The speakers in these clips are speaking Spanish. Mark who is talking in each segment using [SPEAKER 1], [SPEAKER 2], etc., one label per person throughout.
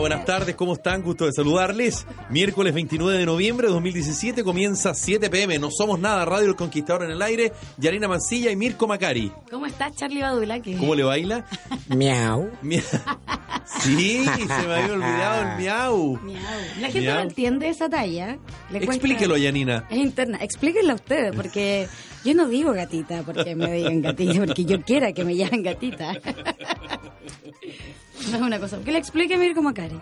[SPEAKER 1] buenas tardes, ¿cómo están? Gusto de saludarles. Miércoles 29 de noviembre de 2017 comienza 7 pm. No somos nada, Radio El Conquistador en el aire, Yarina Mancilla y Mirko Macari.
[SPEAKER 2] ¿Cómo estás, Charlie Badula? ¿Qué?
[SPEAKER 1] ¿Cómo le baila?
[SPEAKER 3] Miau.
[SPEAKER 1] Mia- Sí, se me había olvidado el miau.
[SPEAKER 2] Miau. La gente
[SPEAKER 1] Miau.
[SPEAKER 2] no entiende esa talla. Le cuesta-
[SPEAKER 1] Explíquelo, Yanina.
[SPEAKER 2] Es interna. Explíquenla ustedes, porque yo no digo gatita porque me digan gatita, porque yo quiera que me llamen gatita. No es una cosa. Que le explique Mirko Macari.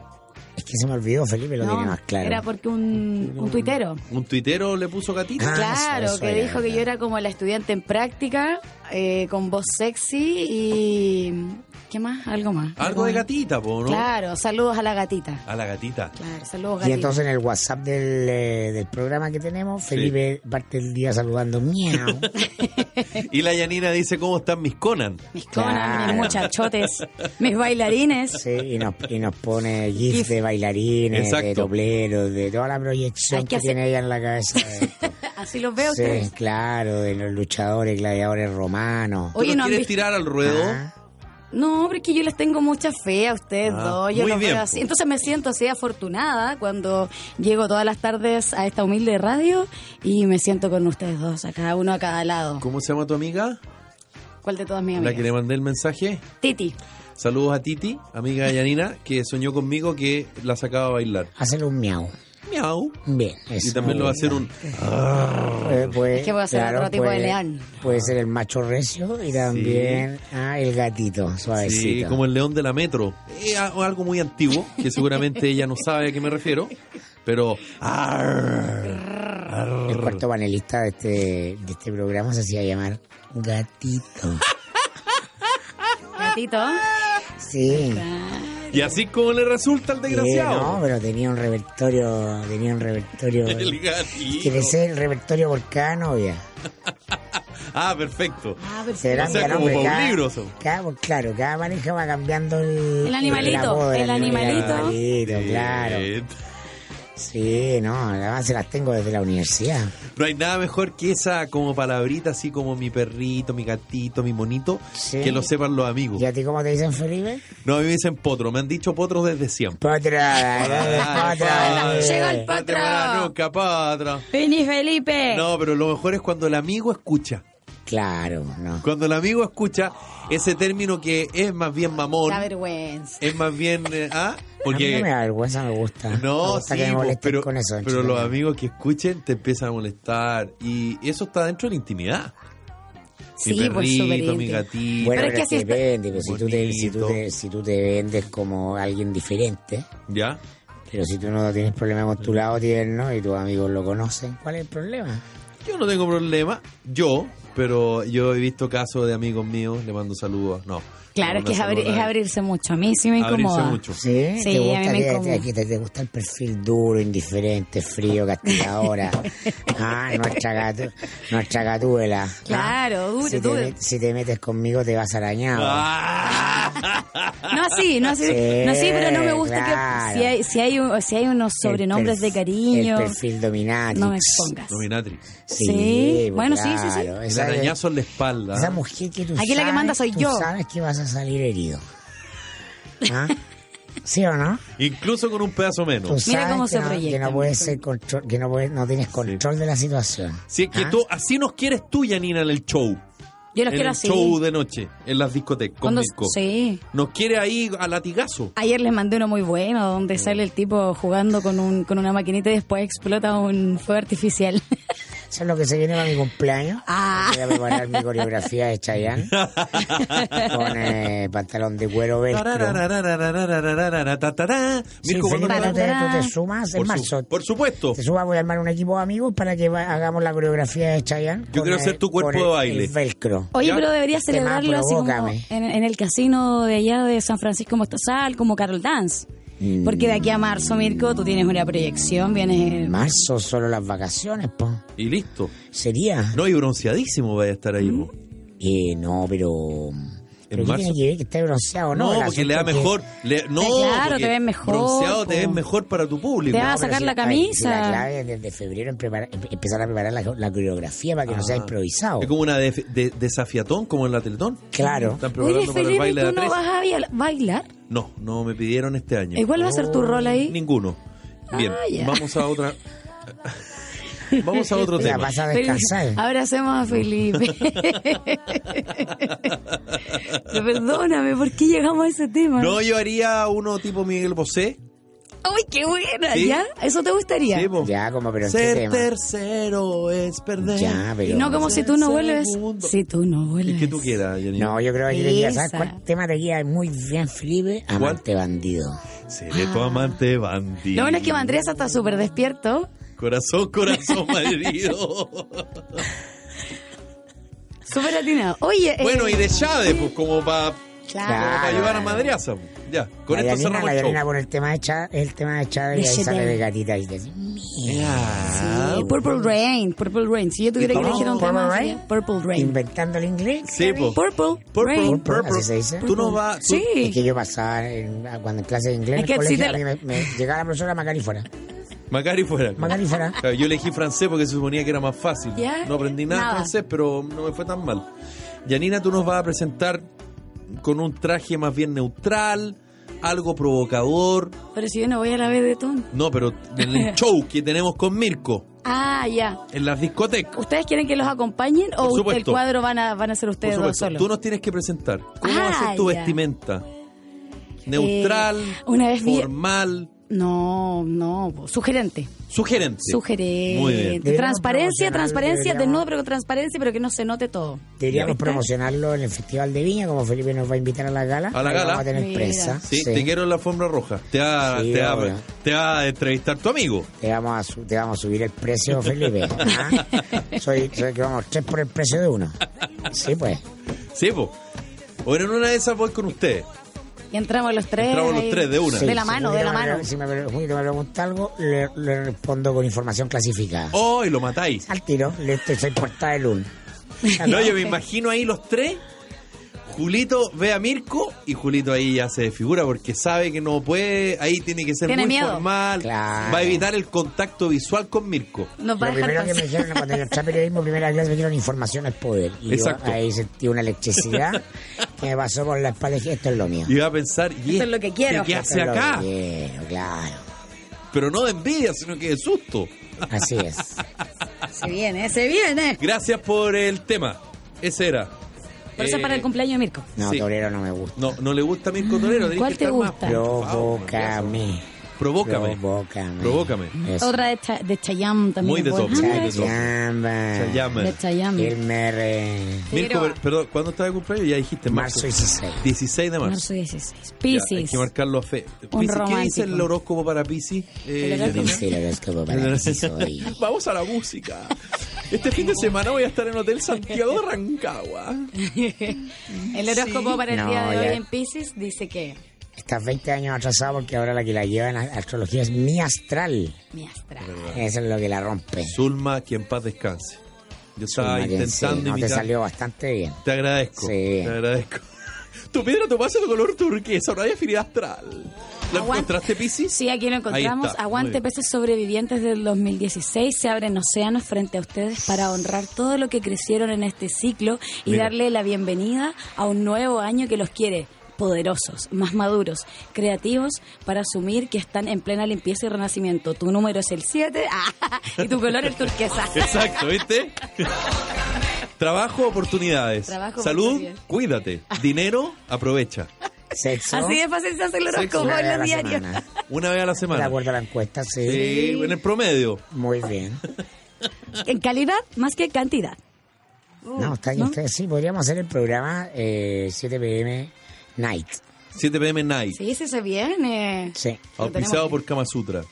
[SPEAKER 3] Es que se me olvidó, Felipe, lo tiene más claro.
[SPEAKER 2] era porque un, un tuitero.
[SPEAKER 1] Un tuitero le puso gatito.
[SPEAKER 3] Ah,
[SPEAKER 2] claro,
[SPEAKER 3] eso, eso
[SPEAKER 2] que
[SPEAKER 3] era,
[SPEAKER 2] dijo que
[SPEAKER 3] era.
[SPEAKER 2] yo era como la estudiante en práctica, eh, con voz sexy y... ¿Qué más? Algo más.
[SPEAKER 1] Algo de gatita, po, ¿no?
[SPEAKER 2] Ah. Claro, saludos a la gatita.
[SPEAKER 1] A la gatita.
[SPEAKER 2] Claro, saludos
[SPEAKER 3] Y
[SPEAKER 2] gatita.
[SPEAKER 3] entonces en el WhatsApp del, eh, del programa que tenemos, Felipe parte el día saludando miau.
[SPEAKER 1] Y la Yanina dice, ¿cómo están mis Conan?
[SPEAKER 2] Mis conas,
[SPEAKER 3] Claro.
[SPEAKER 2] mis muchachotes, mis bailarines.
[SPEAKER 3] Sí, y, nos, y nos pone gif de bailarines, de
[SPEAKER 1] Exacto.
[SPEAKER 3] dobleros, de toda la
[SPEAKER 2] Hay
[SPEAKER 3] proyección
[SPEAKER 2] que
[SPEAKER 3] que,
[SPEAKER 2] hacer-
[SPEAKER 3] tiene ella en la cabeza.
[SPEAKER 2] Así los veo
[SPEAKER 3] sí,
[SPEAKER 2] ustedes.
[SPEAKER 3] claro, de los luchadores, gladiadores romanos.
[SPEAKER 1] ¿Tú
[SPEAKER 2] Oye,
[SPEAKER 1] los
[SPEAKER 2] no han
[SPEAKER 1] quieres
[SPEAKER 2] visto-
[SPEAKER 1] tirar al ruedo?
[SPEAKER 3] Ah,
[SPEAKER 2] No, pero es que yo les tengo mucha fe a ustedes
[SPEAKER 1] Ah,
[SPEAKER 2] dos. Yo
[SPEAKER 1] muy
[SPEAKER 2] los
[SPEAKER 1] bien,
[SPEAKER 2] veo así.
[SPEAKER 1] pues.
[SPEAKER 2] Entonces me siento así afortunada cuando llego todas las tardes a esta humilde radio y me siento con ustedes dos, a cada uno a cada lado.
[SPEAKER 1] ¿Cómo se llama tu amiga?
[SPEAKER 2] ¿Cuál de todas mis
[SPEAKER 1] La que
[SPEAKER 2] amigas?
[SPEAKER 1] le mandé el mensaje.
[SPEAKER 2] Titi.
[SPEAKER 1] Saludos a Titi, amiga de Yanina, que soñó conmigo que la sacaba a bailar.
[SPEAKER 3] Hazle un miau.
[SPEAKER 1] Miau.
[SPEAKER 3] Bien, eso.
[SPEAKER 1] Y también lo va a hacer un...
[SPEAKER 3] Eh, puede-
[SPEAKER 2] Es que voy a hacer otro tipo de
[SPEAKER 3] puede-
[SPEAKER 2] león.
[SPEAKER 3] Puede ser el macho recio y también ah, el gatito, suavecito.
[SPEAKER 1] Sí, eh, como el león de la metro. Eh, a- algo muy antiguo, que seguramente ella no sabe a qué me refiero, pero...
[SPEAKER 3] El cuarto panelista de este, de este programa se hacía llamar Gatito.
[SPEAKER 2] Gatito.
[SPEAKER 3] Sí.
[SPEAKER 1] Y así como le resulta al
[SPEAKER 3] Eh, no,
[SPEAKER 1] desgraciado.
[SPEAKER 3] pero tenía un repertorio, tenía un repertorio.
[SPEAKER 1] El gatito.
[SPEAKER 3] Quiere ser el repertorio por cada novia.
[SPEAKER 1] Ah, perfecto.
[SPEAKER 2] Ah, perfecto.
[SPEAKER 3] Se verán
[SPEAKER 1] O sea,
[SPEAKER 3] cada
[SPEAKER 1] como
[SPEAKER 3] hombre,
[SPEAKER 1] pa' un
[SPEAKER 3] cada-
[SPEAKER 1] libro, eso.
[SPEAKER 3] cada- pues, claro, cada pareja va cambiando el,
[SPEAKER 2] El animalito,
[SPEAKER 3] el apodo del
[SPEAKER 2] el
[SPEAKER 3] animal, el
[SPEAKER 2] animalito.
[SPEAKER 3] animalito, claro.
[SPEAKER 1] Eh,
[SPEAKER 3] Sí, no, además se las tengo desde la universidad.
[SPEAKER 1] No hay nada mejor que esa como palabrita, así como mi perrito, mi gatito, mi monito,
[SPEAKER 3] Sí.
[SPEAKER 1] que lo sepan los amigos.
[SPEAKER 3] ¿Y a ti cómo te dicen, Felipe?
[SPEAKER 1] No, a mí me dicen potro, me han dicho potros desde siempre.
[SPEAKER 3] Potra,
[SPEAKER 1] Ay,
[SPEAKER 3] potra.
[SPEAKER 1] padre.
[SPEAKER 2] Llegó el
[SPEAKER 1] No te
[SPEAKER 2] potro.
[SPEAKER 1] mueras nunca, potro.
[SPEAKER 2] Vení, Felipe.
[SPEAKER 1] No, pero lo mejor es cuando el amigo escucha.
[SPEAKER 3] Claro, no.
[SPEAKER 1] Cuando el amigo escucha ese término que es más bien mamón,
[SPEAKER 2] La vergüenza.
[SPEAKER 1] es más bien... eh, ¿Ah?
[SPEAKER 3] A mí no me
[SPEAKER 1] Porque...
[SPEAKER 3] da vergüenza, me gusta. me
[SPEAKER 1] No,
[SPEAKER 3] gusta
[SPEAKER 1] sí,
[SPEAKER 3] que me
[SPEAKER 1] pues,
[SPEAKER 3] molesten
[SPEAKER 1] pero,
[SPEAKER 3] con eso. en
[SPEAKER 1] pero
[SPEAKER 3] Chile.
[SPEAKER 1] los amigos que escuchen te empiezan a molestar. Y eso está dentro de la intimidad.
[SPEAKER 2] Sí,
[SPEAKER 1] mi
[SPEAKER 2] pues, súper
[SPEAKER 1] perrito, mi
[SPEAKER 2] íntimo.
[SPEAKER 1] gatito.
[SPEAKER 2] Pero es
[SPEAKER 3] Bueno, pero
[SPEAKER 2] que
[SPEAKER 3] es que
[SPEAKER 2] así está-
[SPEAKER 3] depende, pues, si, tú te, si, tú
[SPEAKER 1] Bonito.
[SPEAKER 3] te, si tú te vendes como alguien diferente,
[SPEAKER 1] ¿Ya?
[SPEAKER 3] pero si tú no tienes problema con tu lado tierno y tus amigos lo conocen, ¿cuál es el problema?
[SPEAKER 1] Yo no tengo problema, yo, pero yo he visto casos de amigos míos, le mando saludos. No.
[SPEAKER 2] Claro,
[SPEAKER 1] le
[SPEAKER 2] es que
[SPEAKER 1] mando
[SPEAKER 2] es, abrir-
[SPEAKER 1] saludos
[SPEAKER 2] es
[SPEAKER 1] a-
[SPEAKER 2] abrirse mucho. A mí sí me
[SPEAKER 1] abrirse
[SPEAKER 2] incomoda.
[SPEAKER 1] mucho.
[SPEAKER 3] Sí,
[SPEAKER 2] Sí,
[SPEAKER 3] te
[SPEAKER 2] a
[SPEAKER 3] gusta,
[SPEAKER 2] mí me
[SPEAKER 3] que-
[SPEAKER 2] incomoda.
[SPEAKER 3] que te, te gusta el perfil duro, indiferente, frío, castigadora. ah, nuestra, gatu, nuestra gatuela. Ah,
[SPEAKER 2] Claro, duro,
[SPEAKER 3] si, te
[SPEAKER 2] duro.
[SPEAKER 3] met- si te metes conmigo te vas arañado.
[SPEAKER 1] Ah.
[SPEAKER 2] No así, no así,
[SPEAKER 3] Sí,
[SPEAKER 2] no así, pero no me gusta
[SPEAKER 3] claro.
[SPEAKER 2] que si hay, si hay un- si hay unos
[SPEAKER 3] El
[SPEAKER 2] sobrenombres de
[SPEAKER 3] perfil-
[SPEAKER 2] cariño,
[SPEAKER 3] El perfil dominante.
[SPEAKER 2] no me pongas.
[SPEAKER 1] Dominatrix.
[SPEAKER 2] Sí, bueno, sí, sí, sí.
[SPEAKER 1] El arañazo en la espalda.
[SPEAKER 3] Esa mujer que tú
[SPEAKER 2] Aquí la que
[SPEAKER 3] sabes-
[SPEAKER 2] manda soy
[SPEAKER 3] tú
[SPEAKER 2] yo.
[SPEAKER 3] sabes que vas a salir herido. ¿Ah? ¿Sí o no?
[SPEAKER 1] Incluso con un pedazo
[SPEAKER 3] Tú
[SPEAKER 1] menos.
[SPEAKER 2] Mira
[SPEAKER 3] sabes
[SPEAKER 2] cómo
[SPEAKER 3] que
[SPEAKER 2] se
[SPEAKER 3] no- Que
[SPEAKER 2] proyecta,
[SPEAKER 3] no, puedes ser control, que no, puedes- no tienes control de la situación.
[SPEAKER 1] Si es que
[SPEAKER 3] ¿Ah?
[SPEAKER 1] tú, así nos quieres tú, Yanina, en el show.
[SPEAKER 2] yo los
[SPEAKER 1] en
[SPEAKER 2] quiero
[SPEAKER 1] el
[SPEAKER 2] así.
[SPEAKER 1] show de noche, en las discotecas, con
[SPEAKER 2] Cuando-
[SPEAKER 1] disco.
[SPEAKER 2] sí.
[SPEAKER 1] Nos quiere ahí a latigazo.
[SPEAKER 2] Ayer les mandé uno muy bueno donde sale el tipo jugando con, un, con una maquinita y después explota un fuego artificial.
[SPEAKER 3] Eso es lo que se viene para mi cumpleaños.
[SPEAKER 2] Ah.
[SPEAKER 3] Voy a preparar mi coreografía de Chayanne con eh, pantalón de cuero velcro.
[SPEAKER 1] Tarararararararararara, tatará.
[SPEAKER 3] Sí,
[SPEAKER 1] Mirko, ¿cuándo
[SPEAKER 3] Felipe, tú
[SPEAKER 1] nos
[SPEAKER 2] Fernando,
[SPEAKER 3] te,
[SPEAKER 1] vemos?
[SPEAKER 3] tú te sumas en
[SPEAKER 1] Por su-
[SPEAKER 3] marzo.
[SPEAKER 1] Por supuesto.
[SPEAKER 3] Te sumas, voy a armar un equipo de amigos para que va- hagamos la coreografía de Chayanne.
[SPEAKER 1] Yo
[SPEAKER 3] con
[SPEAKER 1] quiero
[SPEAKER 3] el-
[SPEAKER 1] hacer tu cuerpo
[SPEAKER 3] con el-
[SPEAKER 1] de baile.
[SPEAKER 3] el velcro.
[SPEAKER 2] Oye,
[SPEAKER 1] Ya.
[SPEAKER 2] pero debería
[SPEAKER 3] Este
[SPEAKER 2] celebrarlo
[SPEAKER 3] más
[SPEAKER 2] así como
[SPEAKER 3] provócame.
[SPEAKER 2] en, en el casino de allá de San Francisco Mostazal, como Carol Dance.
[SPEAKER 3] Mm.
[SPEAKER 2] Porque de aquí a marzo, Mirko, tú tienes una proyección, vienes...
[SPEAKER 3] En marzo solo las vacaciones, po.
[SPEAKER 1] Y listo.
[SPEAKER 3] Sería.
[SPEAKER 1] No, y bronceadísimo vaya a estar ahí. vos.
[SPEAKER 3] Eh, no, pero mm, ¿Pero qué tiene que ver que esté bronceado, no?
[SPEAKER 1] No,
[SPEAKER 3] El
[SPEAKER 1] porque le da
[SPEAKER 3] asunto es que-
[SPEAKER 1] mejor. le- no,
[SPEAKER 2] Claro,
[SPEAKER 1] porque
[SPEAKER 2] te ves mejor,
[SPEAKER 1] Bronceado te
[SPEAKER 2] po.
[SPEAKER 1] ves mejor para tu público.
[SPEAKER 2] Te vas a
[SPEAKER 3] pero
[SPEAKER 2] Ah, sacar la
[SPEAKER 3] la-
[SPEAKER 2] camisa.
[SPEAKER 3] La, clave es desde febrero en preparar- em- empezar a preparar la, la coreografía para que no sea
[SPEAKER 1] Ah.
[SPEAKER 3] improvisado.
[SPEAKER 1] Es como una def- de- desafiatón, como en la Teletón.
[SPEAKER 3] oh. Claro.
[SPEAKER 1] Están preparando
[SPEAKER 2] Oye,
[SPEAKER 1] para el
[SPEAKER 2] Felipe,
[SPEAKER 1] baile de
[SPEAKER 2] ¿tú
[SPEAKER 1] a
[SPEAKER 2] no
[SPEAKER 1] tres.
[SPEAKER 2] vas a bail- bailar?
[SPEAKER 1] No, no me pidieron este año.
[SPEAKER 2] ¿Y cuál va a ser tu rol ahí?
[SPEAKER 1] Ninguno. Bien,
[SPEAKER 2] Ah, ya.
[SPEAKER 1] vamos a otra. vamos a otro
[SPEAKER 3] O sea,
[SPEAKER 1] tema.
[SPEAKER 3] vas a
[SPEAKER 2] Felipe,
[SPEAKER 3] descansar.
[SPEAKER 2] Abracemos a Felipe. Perdóname, ¿por qué llegamos a ese tema?
[SPEAKER 1] No, yo haría uno tipo Miguel Bosé.
[SPEAKER 2] ¡Ay, qué buena!
[SPEAKER 1] Sí.
[SPEAKER 2] ¿Ya? ¿Eso te gustaría?
[SPEAKER 1] Sí, po.
[SPEAKER 3] Ya, como, pero ¿en qué
[SPEAKER 1] Ser
[SPEAKER 3] tema?
[SPEAKER 1] tercero es perder.
[SPEAKER 3] Ya,
[SPEAKER 2] Y
[SPEAKER 3] pero...
[SPEAKER 2] no como si tú no vuelves.
[SPEAKER 1] Segundo.
[SPEAKER 2] Si tú no vuelves.
[SPEAKER 1] El que tú quieras, Janine.
[SPEAKER 3] No, yo creo que te guía, ¿sabes
[SPEAKER 2] Esa.
[SPEAKER 3] cuál tema te guía muy bien, Felipe? Amante bandido.
[SPEAKER 1] Seré tu amante bandido.
[SPEAKER 2] Ah. Lo bueno es que Mandrés está súper despierto,
[SPEAKER 1] Corazón, corazón malherido.
[SPEAKER 2] súper atinado. Oye, eh,
[SPEAKER 1] bueno, y de Chávez, pues como para
[SPEAKER 2] claro.
[SPEAKER 3] Claro.
[SPEAKER 1] ayudar a Madriaza. pues. Ya, con
[SPEAKER 3] la
[SPEAKER 1] esto
[SPEAKER 3] Yanina,
[SPEAKER 1] cerramos
[SPEAKER 3] la
[SPEAKER 1] el show.
[SPEAKER 3] Yanina con el tema de Chá, el tema de Chávez
[SPEAKER 2] De
[SPEAKER 3] y ahí sale
[SPEAKER 2] Chevelle.
[SPEAKER 3] de gatita y te dice, "Mira,
[SPEAKER 1] Ya.
[SPEAKER 2] Sí, Purple Rain, Purple Rain. Si yo tuviera que
[SPEAKER 3] cómo?
[SPEAKER 2] elegir un
[SPEAKER 3] ¿Purple
[SPEAKER 2] tema,
[SPEAKER 3] Rain?
[SPEAKER 2] sería Purple Rain.
[SPEAKER 3] inventando el inglés.
[SPEAKER 1] Sí, po.
[SPEAKER 2] Purple,
[SPEAKER 1] Purple,
[SPEAKER 2] Rain.
[SPEAKER 1] purple.
[SPEAKER 3] Así se dice.
[SPEAKER 1] Tú no vas. tú-
[SPEAKER 2] Sí.
[SPEAKER 3] Es que yo pasaba en- cuando en clase de inglés
[SPEAKER 2] Es que
[SPEAKER 3] en el colegio,
[SPEAKER 2] si te-
[SPEAKER 3] me, me llegaba la profesora Macari fuera.
[SPEAKER 1] Macari fuera.
[SPEAKER 3] Macari fuera.
[SPEAKER 1] Claro, Yo elegí francés porque se suponía que era más fácil.
[SPEAKER 2] Ya.
[SPEAKER 1] No aprendí nada,
[SPEAKER 2] Nada.
[SPEAKER 1] de francés, pero no me fue tan mal. Yanina, tú nos vas a presentar con un traje más bien neutral, algo provocador.
[SPEAKER 2] Pero si yo no voy a la vez de Ton.
[SPEAKER 1] No, pero en el show que tenemos con Mirko,
[SPEAKER 2] Ah, ya.
[SPEAKER 1] en las discotecas.
[SPEAKER 2] ¿Ustedes quieren que los acompañen
[SPEAKER 1] Por
[SPEAKER 2] o el
[SPEAKER 1] supuesto.
[SPEAKER 2] cuadro van a, van a ser
[SPEAKER 1] Por
[SPEAKER 2] ustedes dos
[SPEAKER 1] supuesto,
[SPEAKER 2] solos?
[SPEAKER 1] tú nos tienes que presentar. ¿Cómo va a
[SPEAKER 2] Ah,
[SPEAKER 1] ser tu
[SPEAKER 2] ya.
[SPEAKER 1] vestimenta? Neutral,
[SPEAKER 2] Eh, una vez vi-
[SPEAKER 1] formal,
[SPEAKER 2] No, no, po, sugerente.
[SPEAKER 1] sugerente.
[SPEAKER 2] Sugerente.
[SPEAKER 1] Muy bien.
[SPEAKER 3] Deberíamos
[SPEAKER 2] Transparencia,
[SPEAKER 3] promocionar,
[SPEAKER 2] transparencia,
[SPEAKER 3] deberíamos-
[SPEAKER 2] desnudo, pero con transparencia, pero que no se note todo.
[SPEAKER 3] Deberíamos
[SPEAKER 2] ¿Está?
[SPEAKER 3] promocionarlo en el Festival de Viña, como Felipe nos va a invitar a la gala.
[SPEAKER 1] A la
[SPEAKER 3] Ahí
[SPEAKER 1] gala.
[SPEAKER 3] Vamos a tener
[SPEAKER 2] Mira.
[SPEAKER 3] presa.
[SPEAKER 1] Sí, te quiero en la alfombra roja. Te va,
[SPEAKER 3] Sí,
[SPEAKER 1] te va-
[SPEAKER 3] obvio.
[SPEAKER 1] te va a entrevistar tu amigo.
[SPEAKER 3] Te vamos, a su- te vamos a subir el precio, Felipe. ¿ah? soy, soy que vamos tres por el precio de uno. Sí, pues.
[SPEAKER 1] Sí, po. Bueno, en una de esas voy con usted.
[SPEAKER 2] Y entramos los tres.
[SPEAKER 1] Entramos los
[SPEAKER 2] ahí.
[SPEAKER 1] tres de una.
[SPEAKER 3] Sí,
[SPEAKER 2] De la
[SPEAKER 3] si
[SPEAKER 2] mano, de
[SPEAKER 3] Juanito
[SPEAKER 2] la
[SPEAKER 3] me pre-
[SPEAKER 2] mano.
[SPEAKER 3] Si me, pre- Juanito me pregunta algo, le, le respondo con información clasificada.
[SPEAKER 1] ¡Oh, y lo matáis!
[SPEAKER 3] Al tiro, le estoy soy portada de luna.
[SPEAKER 1] No, yo me imagino ahí los tres. Julito ve a Mirko y Julito ahí ya se desfigura porque sabe que no puede, ahí tiene que ser
[SPEAKER 2] Tiene
[SPEAKER 1] muy
[SPEAKER 2] miedo.
[SPEAKER 1] formal,
[SPEAKER 3] Claro.
[SPEAKER 1] va a evitar el contacto visual con Mirko.
[SPEAKER 2] Nos va
[SPEAKER 3] Lo
[SPEAKER 2] a dejar
[SPEAKER 3] primero que me
[SPEAKER 2] pasar.
[SPEAKER 3] dijeron cuando yo entré a periodismo, primera clase, me dijeron información es poder. Y
[SPEAKER 1] Exacto.
[SPEAKER 3] yo ahí sentí una electricidad que me pasó por la espalda y dije, esto es lo mío.
[SPEAKER 1] Y va a pensar, ¿y este
[SPEAKER 2] Esto es lo que quiero.
[SPEAKER 1] ¿Qué
[SPEAKER 3] Esto
[SPEAKER 1] hace
[SPEAKER 3] es lo que
[SPEAKER 1] acá?
[SPEAKER 3] quiero, claro.
[SPEAKER 1] Pero no de envidia, sino que de susto.
[SPEAKER 3] Así es.
[SPEAKER 2] Se viene, se viene.
[SPEAKER 1] Gracias por el tema. Ese era.
[SPEAKER 2] Por eso
[SPEAKER 1] Eh,
[SPEAKER 2] es para el cumpleaños de Mirko.
[SPEAKER 3] No,
[SPEAKER 1] Sí.
[SPEAKER 3] torero no me gusta.
[SPEAKER 1] No, no le gusta Mirko Torero. tenés
[SPEAKER 2] ¿cuál
[SPEAKER 1] que
[SPEAKER 2] te
[SPEAKER 1] estar más-
[SPEAKER 2] gusta?
[SPEAKER 3] Provócame.
[SPEAKER 1] Provócame.
[SPEAKER 3] Provócame.
[SPEAKER 1] Provócame.
[SPEAKER 3] Eso.
[SPEAKER 2] Otra de, Cha- de Chayam también.
[SPEAKER 1] Muy de
[SPEAKER 2] voy.
[SPEAKER 1] top,
[SPEAKER 2] Ah,
[SPEAKER 1] muy de top.
[SPEAKER 3] Chayamba.
[SPEAKER 1] Se llama.
[SPEAKER 2] de Chayam.
[SPEAKER 3] Kilmer. eh,
[SPEAKER 1] Mirko,
[SPEAKER 2] Pero-
[SPEAKER 1] per- perdón, ¿cuándo estaba de cumpleaños? Ya dijiste
[SPEAKER 3] Marzo 16.
[SPEAKER 1] 16 de marzo.
[SPEAKER 2] Marzo 16.
[SPEAKER 1] Ya, hay
[SPEAKER 2] Piscis.
[SPEAKER 1] que marcarlo a fe.
[SPEAKER 2] Un
[SPEAKER 1] Piscis, ¿Qué dice
[SPEAKER 2] romántico.
[SPEAKER 1] el horóscopo para Piscis? Eh,
[SPEAKER 2] El horóscopo.
[SPEAKER 1] Yanina?
[SPEAKER 3] Dice el horóscopo para ti soy.
[SPEAKER 1] Vamos a la música. Este fin de semana voy a estar en Hotel Santiago de Rancagua.
[SPEAKER 2] El horóscopo para el
[SPEAKER 3] No,
[SPEAKER 2] día de
[SPEAKER 3] ya.
[SPEAKER 2] hoy en Piscis dice que.
[SPEAKER 3] Estás 20 años atrasado porque ahora la que la lleva en la astrología es mi astral.
[SPEAKER 2] Mi astral.
[SPEAKER 3] Eso es lo que la rompe.
[SPEAKER 1] Zulma, que en paz descanse. Yo estaba
[SPEAKER 3] Suma que en sí,
[SPEAKER 1] intentando
[SPEAKER 3] no te
[SPEAKER 1] imitar.
[SPEAKER 3] salió bastante bien.
[SPEAKER 1] Te agradezco.
[SPEAKER 3] Sí.
[SPEAKER 1] Te agradezco. Tu piedra tomase de color turquesa, no hay afinidad astral. ¿La
[SPEAKER 2] Aguante.
[SPEAKER 1] encontraste, Piscis?
[SPEAKER 2] Sí, aquí lo
[SPEAKER 1] Ahí
[SPEAKER 2] encontramos.
[SPEAKER 1] está,
[SPEAKER 2] Aguante
[SPEAKER 1] muy bien.
[SPEAKER 2] peces sobrevivientes del 2016. Se abren océanos frente a ustedes para honrar todo lo que crecieron en este ciclo y
[SPEAKER 1] Mira.
[SPEAKER 2] darle la bienvenida a un nuevo año que los quiere poderosos, más maduros, creativos, para asumir que están en plena limpieza y renacimiento. Tu número es el 7 y tu color el turquesa.
[SPEAKER 1] Exacto, ¿viste? Trabajo, oportunidades.
[SPEAKER 2] Trabajo,
[SPEAKER 1] Salud,
[SPEAKER 2] oportunidades.
[SPEAKER 1] cuídate. Dinero, aprovecha.
[SPEAKER 3] Sexo.
[SPEAKER 2] Así de fácil se hace el horóscopo en
[SPEAKER 3] una vez a
[SPEAKER 2] los
[SPEAKER 3] la
[SPEAKER 2] diarios.
[SPEAKER 3] semana.
[SPEAKER 1] Una vez a la
[SPEAKER 3] De
[SPEAKER 1] semana.
[SPEAKER 3] acuerdo a la encuesta, sí.
[SPEAKER 1] Sí, en el promedio.
[SPEAKER 3] Muy bien.
[SPEAKER 2] En calidad más que cantidad.
[SPEAKER 3] No, está bien.
[SPEAKER 2] Oh, ¿no?
[SPEAKER 3] ustedes Sí, podríamos hacer el programa eh, 7 pm night.
[SPEAKER 1] 7 pm night.
[SPEAKER 2] Sí, sí se eh. viene.
[SPEAKER 3] Sí.
[SPEAKER 1] auspiciado por Kama Sutra.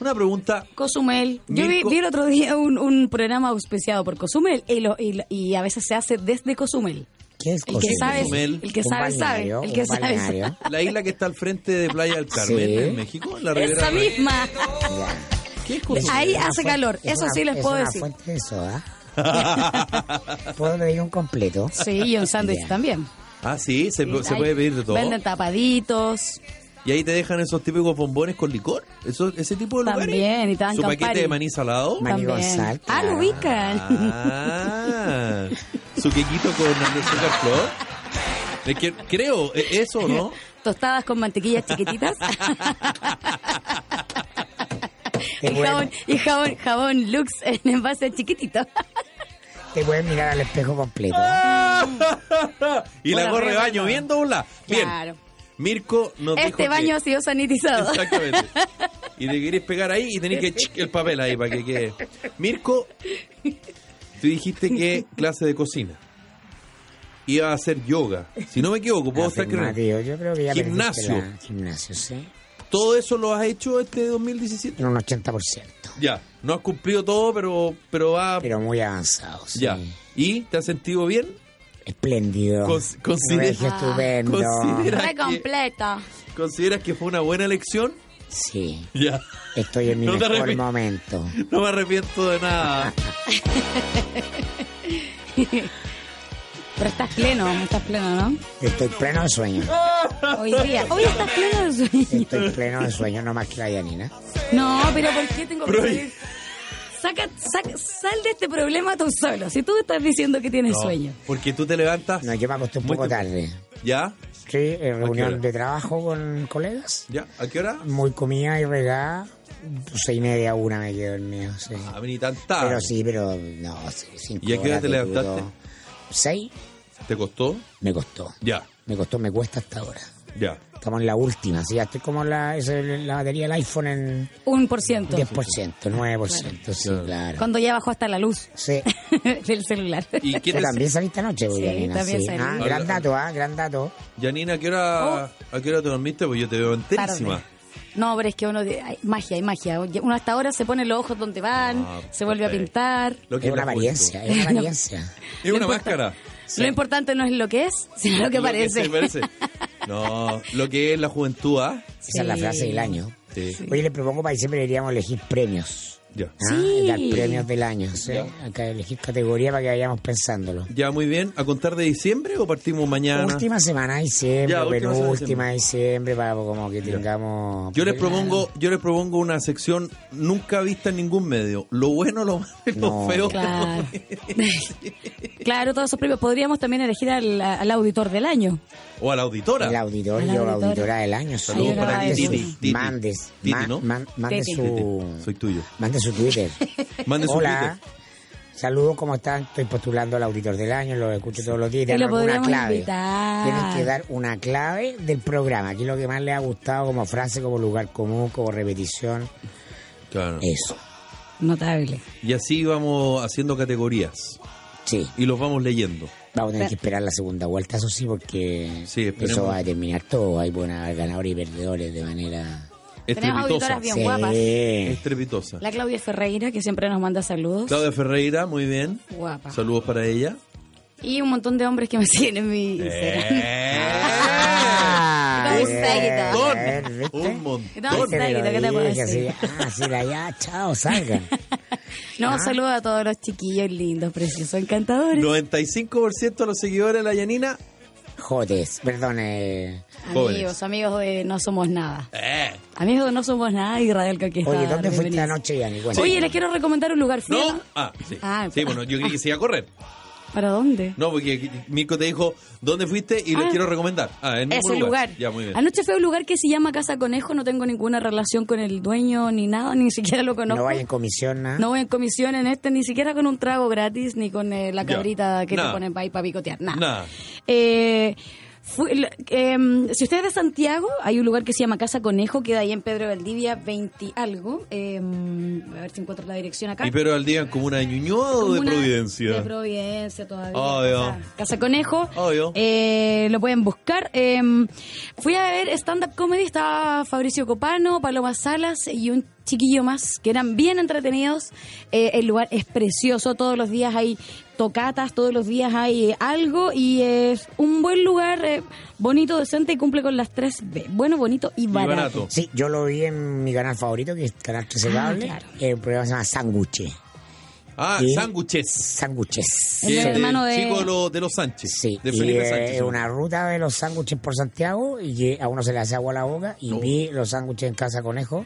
[SPEAKER 1] Una pregunta.
[SPEAKER 2] Cozumel. Yo vi,
[SPEAKER 1] Mirko-
[SPEAKER 2] vi el otro día un, un programa auspiciado por Cozumel y, lo- y, lo- y a veces se hace desde Cozumel.
[SPEAKER 3] ¿Qué es
[SPEAKER 2] El que
[SPEAKER 3] Cozumel?
[SPEAKER 2] sabe,
[SPEAKER 1] Cozumel.
[SPEAKER 2] el que
[SPEAKER 3] Un
[SPEAKER 2] sabe, sabe.
[SPEAKER 3] balneario,
[SPEAKER 2] El que
[SPEAKER 3] un
[SPEAKER 2] sabe,
[SPEAKER 3] balneario.
[SPEAKER 2] sabe.
[SPEAKER 1] La isla que está al frente de Playa del Carmen,
[SPEAKER 3] Sí.
[SPEAKER 1] en México, en la Ribera
[SPEAKER 2] Esa
[SPEAKER 1] del Mar.
[SPEAKER 2] misma.
[SPEAKER 3] Ya.
[SPEAKER 1] ¿Qué es Cozumel?
[SPEAKER 2] Ahí
[SPEAKER 3] Es una
[SPEAKER 2] hace
[SPEAKER 3] fuente-
[SPEAKER 2] calor,
[SPEAKER 3] es
[SPEAKER 2] eso
[SPEAKER 3] una-
[SPEAKER 2] sí les puedo decir.
[SPEAKER 3] Es una
[SPEAKER 1] Ah,
[SPEAKER 3] fuente de soda. ¿Puedo pedir un completo?
[SPEAKER 2] Sí, y un sándwich
[SPEAKER 3] Ya.
[SPEAKER 2] también.
[SPEAKER 1] Ah, sí, se,
[SPEAKER 2] Sí,
[SPEAKER 1] se
[SPEAKER 2] hay-
[SPEAKER 1] puede pedir de todo.
[SPEAKER 2] Venden tapaditos.
[SPEAKER 1] Y ahí te dejan esos típicos bombones con licor. Eso, ese tipo de lugares.
[SPEAKER 2] También, y te dan
[SPEAKER 1] Su paquete
[SPEAKER 2] Campari.
[SPEAKER 1] de maní salado.
[SPEAKER 3] Ma- Manny
[SPEAKER 2] también.
[SPEAKER 3] González,
[SPEAKER 2] Ah,
[SPEAKER 3] claro.
[SPEAKER 2] lo ubican.
[SPEAKER 1] Ah, su quequito con azúcar flor. Es que creo, eh, eso, ¿no?
[SPEAKER 2] Tostadas con mantequillas chiquititas.
[SPEAKER 3] Te
[SPEAKER 2] y jabón,
[SPEAKER 3] pueden,
[SPEAKER 2] y jabón, jabón Lux en envase chiquitito.
[SPEAKER 3] te pueden mirar al espejo completo.
[SPEAKER 1] Ah. y la
[SPEAKER 2] Bueno,
[SPEAKER 1] gorra de
[SPEAKER 2] arriba,
[SPEAKER 1] baño
[SPEAKER 2] arriba.
[SPEAKER 1] viéndola. Bien.
[SPEAKER 2] Claro.
[SPEAKER 1] Mirko nos dijo
[SPEAKER 2] Este
[SPEAKER 1] que-
[SPEAKER 2] baño ha sido sanitizado.
[SPEAKER 1] Exactamente. Y te querés pegar ahí y tenés que chic, el papel ahí para que quede. Mirko, tú dijiste que clase de cocina. Iba a hacer yoga. Si no me equivoco, puedo estar que
[SPEAKER 3] Afirmativo, yo creo que ya perdiste
[SPEAKER 1] Gimnasio.
[SPEAKER 3] la- Gimnasio, sí.
[SPEAKER 1] todo eso lo has hecho este 2017.
[SPEAKER 3] En un 80%.
[SPEAKER 1] Ya, no has cumplido todo, pero pero va
[SPEAKER 3] Pero muy avanzado, sí.
[SPEAKER 1] ya. ¿Y te has sentido bien?
[SPEAKER 3] Espléndido.
[SPEAKER 1] Cons-
[SPEAKER 3] Un
[SPEAKER 1] considera-
[SPEAKER 3] regio estupendo.
[SPEAKER 1] considera-
[SPEAKER 2] Re completo.
[SPEAKER 1] ¿Consideras que fue una buena elección?
[SPEAKER 3] Sí.
[SPEAKER 1] Ya.
[SPEAKER 3] Estoy en mi
[SPEAKER 1] No te
[SPEAKER 3] mejor
[SPEAKER 1] arrepi-
[SPEAKER 3] momento.
[SPEAKER 1] No me arrepiento de nada.
[SPEAKER 2] Pero estás pleno, estás pleno, ¿no?
[SPEAKER 3] Estoy pleno de sueño.
[SPEAKER 2] Hoy día. Hoy estás pleno de sueño.
[SPEAKER 3] Estoy pleno de sueño, no más que la Yanina.
[SPEAKER 2] No, pero ¿por qué tengo que
[SPEAKER 1] Pero-
[SPEAKER 2] salir? Saca, saca- sal de este problema tú solo. Si tú estás diciendo que tienes
[SPEAKER 1] No,
[SPEAKER 2] sueño.
[SPEAKER 1] Porque tú te levantas.
[SPEAKER 3] No, yo me acosté un
[SPEAKER 1] Muy Ah,
[SPEAKER 3] poco
[SPEAKER 1] tem-
[SPEAKER 3] tarde.
[SPEAKER 1] ¿Ya?
[SPEAKER 3] Sí, en
[SPEAKER 1] hora?
[SPEAKER 3] reunión de trabajo con colegas.
[SPEAKER 1] ¿Ya? ¿A qué hora?
[SPEAKER 3] Muy comida y regada. Seis y media, una me quedo dormido, sí.
[SPEAKER 1] A mí ni Ah, tan tarde.
[SPEAKER 3] Pero sí, pero no, sí, cinco
[SPEAKER 1] ¿Y a qué hora te
[SPEAKER 3] horas de
[SPEAKER 1] levantaste?
[SPEAKER 3] duro. Seis,
[SPEAKER 1] ¿Te costó?
[SPEAKER 3] me costó.
[SPEAKER 1] Ya,
[SPEAKER 3] Me costó, me cuesta hasta ahora.
[SPEAKER 1] ya.
[SPEAKER 3] Estamos en la última, sí, ya estoy como la, esa- la batería del iPhone en
[SPEAKER 2] Un por ciento.
[SPEAKER 3] 10%, 9%, sí, claro.
[SPEAKER 2] Cuando ya bajó hasta la luz
[SPEAKER 3] Sí.
[SPEAKER 2] del celular.
[SPEAKER 1] ¿Y qué
[SPEAKER 3] Tú
[SPEAKER 1] te...
[SPEAKER 3] también saliste anoche,
[SPEAKER 2] Sí,
[SPEAKER 3] Bulgarina.
[SPEAKER 2] también
[SPEAKER 3] Sí,
[SPEAKER 2] salí.
[SPEAKER 3] Ah, gran dato, ah, gran dato.
[SPEAKER 1] Janina, ¿a qué, hora,
[SPEAKER 3] Oh.
[SPEAKER 1] ¿a qué hora te dormiste? Pues yo te veo enterísima.
[SPEAKER 2] Tarde. No, pero es que uno. Hay magia, hay magia. Uno hasta ahora se pone los ojos donde van,
[SPEAKER 1] Ah,
[SPEAKER 2] se vuelve a
[SPEAKER 1] perfecto.
[SPEAKER 2] pintar.
[SPEAKER 1] Lo que
[SPEAKER 3] Es una
[SPEAKER 1] la
[SPEAKER 3] apariencia,
[SPEAKER 1] juventud.
[SPEAKER 3] eh. es una apariencia.
[SPEAKER 1] Es una máscara.
[SPEAKER 2] Lo importante no es lo que es, sino lo que parece.
[SPEAKER 1] se parece. No, lo que es la juventud, ¿ah?
[SPEAKER 3] Esa es la
[SPEAKER 2] Sí.
[SPEAKER 3] frase del año.
[SPEAKER 1] Sí.
[SPEAKER 3] Oye, le propongo para diciembre deberíamos elegir premios.
[SPEAKER 1] Ya.
[SPEAKER 3] ¿ah?
[SPEAKER 2] Sí.
[SPEAKER 3] Dar premios del año. ¿sí? Acá elegir categoría para que vayamos pensándolo.
[SPEAKER 1] Ya, muy bien. ¿A contar de diciembre o partimos mañana?
[SPEAKER 3] Última semana de diciembre,
[SPEAKER 1] Ya, última semana de
[SPEAKER 3] penúltima de diciembre, para como que tengamos.
[SPEAKER 1] Yo les propongo, yo les propongo una sección nunca vista en ningún medio. Lo bueno, lo malo, y lo
[SPEAKER 3] No.
[SPEAKER 1] feo.
[SPEAKER 2] Claro. claro, todos esos premios. Podríamos también elegir al, al auditor del año.
[SPEAKER 1] O a la auditora.
[SPEAKER 3] El
[SPEAKER 2] A
[SPEAKER 3] auditorio
[SPEAKER 2] la
[SPEAKER 3] o
[SPEAKER 2] auditora.
[SPEAKER 3] auditora del año.
[SPEAKER 1] Saludos
[SPEAKER 2] Ay, para
[SPEAKER 3] mande,
[SPEAKER 2] Titi,
[SPEAKER 3] su-
[SPEAKER 1] Titi.
[SPEAKER 3] mandes,
[SPEAKER 1] Titi,
[SPEAKER 3] ma-
[SPEAKER 1] ¿no?
[SPEAKER 3] man- mande
[SPEAKER 2] Titi.
[SPEAKER 1] Soy
[SPEAKER 3] su.
[SPEAKER 1] tuyo.
[SPEAKER 3] Mande su Twitter.
[SPEAKER 1] Mande su
[SPEAKER 3] Hola.
[SPEAKER 1] Twitter.
[SPEAKER 3] Saludos, ¿cómo están? Estoy postulando al auditor del año, lo escucho todos los días.
[SPEAKER 2] Y
[SPEAKER 3] dan
[SPEAKER 2] lo
[SPEAKER 3] alguna
[SPEAKER 2] podríamos
[SPEAKER 3] clave.
[SPEAKER 2] invitar.
[SPEAKER 3] Tienen que dar una clave del programa. Aquí lo que más les ha gustado como frase, como lugar común, como repetición.
[SPEAKER 1] Claro.
[SPEAKER 3] Eso.
[SPEAKER 2] Notable.
[SPEAKER 1] Y así vamos haciendo categorías
[SPEAKER 3] Sí.
[SPEAKER 1] y los vamos leyendo.
[SPEAKER 3] Vamos a tener que esperar la segunda vuelta, eso sí, porque
[SPEAKER 1] Sí, esperemos.
[SPEAKER 3] eso va a determinar todo. Hay buenas ganadores y perdedores de manera.
[SPEAKER 2] Tenemos
[SPEAKER 1] Estrepitosa.
[SPEAKER 2] auditoras bien
[SPEAKER 3] Sí.
[SPEAKER 2] guapas.
[SPEAKER 1] Estrepitosa.
[SPEAKER 2] La Claudia Ferreira, que siempre nos manda saludos.
[SPEAKER 1] Claudia Ferreira, muy bien.
[SPEAKER 2] Guapa.
[SPEAKER 1] Saludos para ella.
[SPEAKER 2] Y un montón de hombres que me siguen en mi Instagram.
[SPEAKER 1] ¡Eh!
[SPEAKER 3] Ah,
[SPEAKER 2] Como un seguidor.
[SPEAKER 3] a ver, ¿viste?
[SPEAKER 1] Un
[SPEAKER 2] No,
[SPEAKER 1] montón.
[SPEAKER 3] Te
[SPEAKER 2] Seguidor, ¿qué te
[SPEAKER 3] lo
[SPEAKER 2] puedo
[SPEAKER 3] dije,
[SPEAKER 2] decir?
[SPEAKER 3] así, Ah, sí, la ya, chao, salgan.
[SPEAKER 2] No,
[SPEAKER 3] Ah.
[SPEAKER 2] saludos a todos los chiquillos lindos, preciosos, encantadores.
[SPEAKER 1] 95% de los seguidores de la Yanina.
[SPEAKER 3] Jodes, perdón, eh.
[SPEAKER 1] jóvenes.
[SPEAKER 2] amigos, amigos de No Somos Nada.
[SPEAKER 1] ¡Eh!
[SPEAKER 2] Amigos de No Somos Nada y Radio El Conquistador.
[SPEAKER 3] Oye, ¿dónde fuiste
[SPEAKER 2] bienvenidos.
[SPEAKER 3] anoche, Yanni? Cuéntame.
[SPEAKER 2] Oye, les quiero recomendar un lugar. ¿Fui a-
[SPEAKER 1] ¿No? Ah, sí.
[SPEAKER 2] Ah,
[SPEAKER 1] sí, bueno, yo creí que se iba a correr.
[SPEAKER 2] ¿Para dónde?
[SPEAKER 1] No, porque Mirko te dijo, ¿dónde fuiste? Y les
[SPEAKER 2] Ah.
[SPEAKER 1] quiero recomendar. Ah, en el
[SPEAKER 2] Es
[SPEAKER 1] mismo
[SPEAKER 2] el lugar.
[SPEAKER 1] Ya, muy bien.
[SPEAKER 2] Anoche fue a un lugar que se llama Casa Conejo, no tengo ninguna relación con el dueño ni nada, ni siquiera lo conozco.
[SPEAKER 3] No vaya en comisión, ¿ah? nada.
[SPEAKER 2] No voy en comisión en este, ni siquiera con un trago gratis, ni con eh, la
[SPEAKER 1] Ya.
[SPEAKER 2] cabrita que
[SPEAKER 1] Nada.
[SPEAKER 2] te ponen para para picotear, nada.
[SPEAKER 1] Nada.
[SPEAKER 2] Eh, fu- la- em, si usted es de Santiago, hay un lugar que se llama Casa Conejo, queda ahí en Pedro Valdivia 20 algo. em, a ver si encuentro la dirección acá.
[SPEAKER 1] ¿Y Pedro Valdía en comuna de Ñuñoa o de
[SPEAKER 2] Comuna
[SPEAKER 1] Providencia? Ah,
[SPEAKER 2] De Providencia todavía.
[SPEAKER 1] Obvio.
[SPEAKER 2] O sea, Casa Conejo.
[SPEAKER 1] Obvio.
[SPEAKER 2] Eh, lo pueden buscar. Eh, fui a ver stand-up comedy. Estaba Fabricio Copano, Paloma Salas y un chiquillo más que eran bien entretenidos. Eh, el lugar es precioso. Todos los días hay tocatas, todos los días hay eh, algo y es un buen lugar, eh, bonito, decente y cumple con las tres B. Bueno, bonito y
[SPEAKER 1] Y
[SPEAKER 2] barato.
[SPEAKER 1] barato.
[SPEAKER 3] Sí, yo lo vi en mi canal favorito, que es Canal 13
[SPEAKER 2] Ah,
[SPEAKER 3] Cable.
[SPEAKER 2] claro.
[SPEAKER 3] Eh, un programa que se llama Sanguche.
[SPEAKER 1] Ah,
[SPEAKER 3] Y-
[SPEAKER 1] sándwiches.
[SPEAKER 3] Sándwiches.
[SPEAKER 2] Es
[SPEAKER 1] Que
[SPEAKER 2] el
[SPEAKER 1] del
[SPEAKER 2] hermano de-
[SPEAKER 1] chico de los, de los Sánchez.
[SPEAKER 3] Sí,
[SPEAKER 1] De
[SPEAKER 3] y,
[SPEAKER 1] Felipe
[SPEAKER 3] eh,
[SPEAKER 1] Sánchez.
[SPEAKER 3] es una ruta de los sándwiches por Santiago y que a uno se le hace agua a la boca y
[SPEAKER 1] No.
[SPEAKER 3] vi los sándwiches en Casa Conejo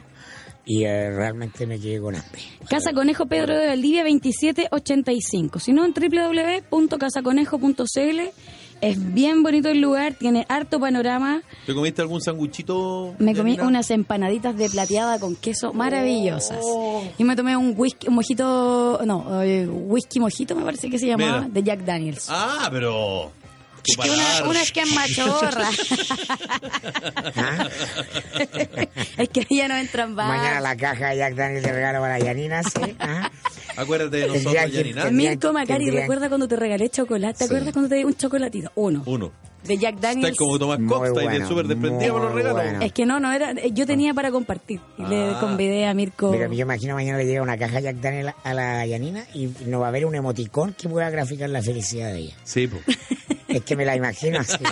[SPEAKER 3] y eh, realmente me quedé con hambre.
[SPEAKER 2] Casa Conejo Pedro de Valdivia 2785. Si no, en www.casaconejo.cl. Es bien bonito el lugar, tiene harto panorama.
[SPEAKER 1] ¿Te comiste algún sanguchito?
[SPEAKER 2] Me comí
[SPEAKER 1] Yanina?
[SPEAKER 2] unas empanaditas de plateada con
[SPEAKER 3] Oh.
[SPEAKER 2] queso maravillosas. Y me tomé un whisky, un mojito, no, eh, whisky mojito me parece que se llamaba,
[SPEAKER 1] Mira.
[SPEAKER 2] de Jack Daniels.
[SPEAKER 1] Ah, pero. tu
[SPEAKER 2] Y
[SPEAKER 1] paladar.
[SPEAKER 2] una, unas que es machorra.
[SPEAKER 3] ¿Ah?
[SPEAKER 2] es que ya no entran
[SPEAKER 3] Mañana
[SPEAKER 2] varias.
[SPEAKER 3] la caja de Jack Daniel de regalo para Yanina, sí. ¿ah?
[SPEAKER 1] Acuérdate de nosotros,
[SPEAKER 3] Tendría que-
[SPEAKER 1] Yanina.
[SPEAKER 3] tendría-
[SPEAKER 2] Mirko Macari,
[SPEAKER 3] tendrían-
[SPEAKER 2] recuerda cuando te regalé chocolate, ¿te acuerdas cuando te di un chocolatito? Uno.
[SPEAKER 1] Uno.
[SPEAKER 2] De Jack
[SPEAKER 1] Está
[SPEAKER 2] Daniels.
[SPEAKER 1] como Tomás
[SPEAKER 3] Muy
[SPEAKER 1] Cox, está ahí de
[SPEAKER 3] bueno,
[SPEAKER 1] súper desprendida con los
[SPEAKER 3] muy
[SPEAKER 1] regalos.
[SPEAKER 3] bueno.
[SPEAKER 2] Es que no, no era. eh, Yo tenía para compartir. Y
[SPEAKER 1] Ah.
[SPEAKER 2] le convidé a Mirko.
[SPEAKER 3] Pero yo imagino mañana le llega una caja Jack Daniel a la Yanina y no va a haber un emoticón que pueda graficar la felicidad de ella.
[SPEAKER 1] Sí, pues.
[SPEAKER 3] Es que me la imagino así. ¿no?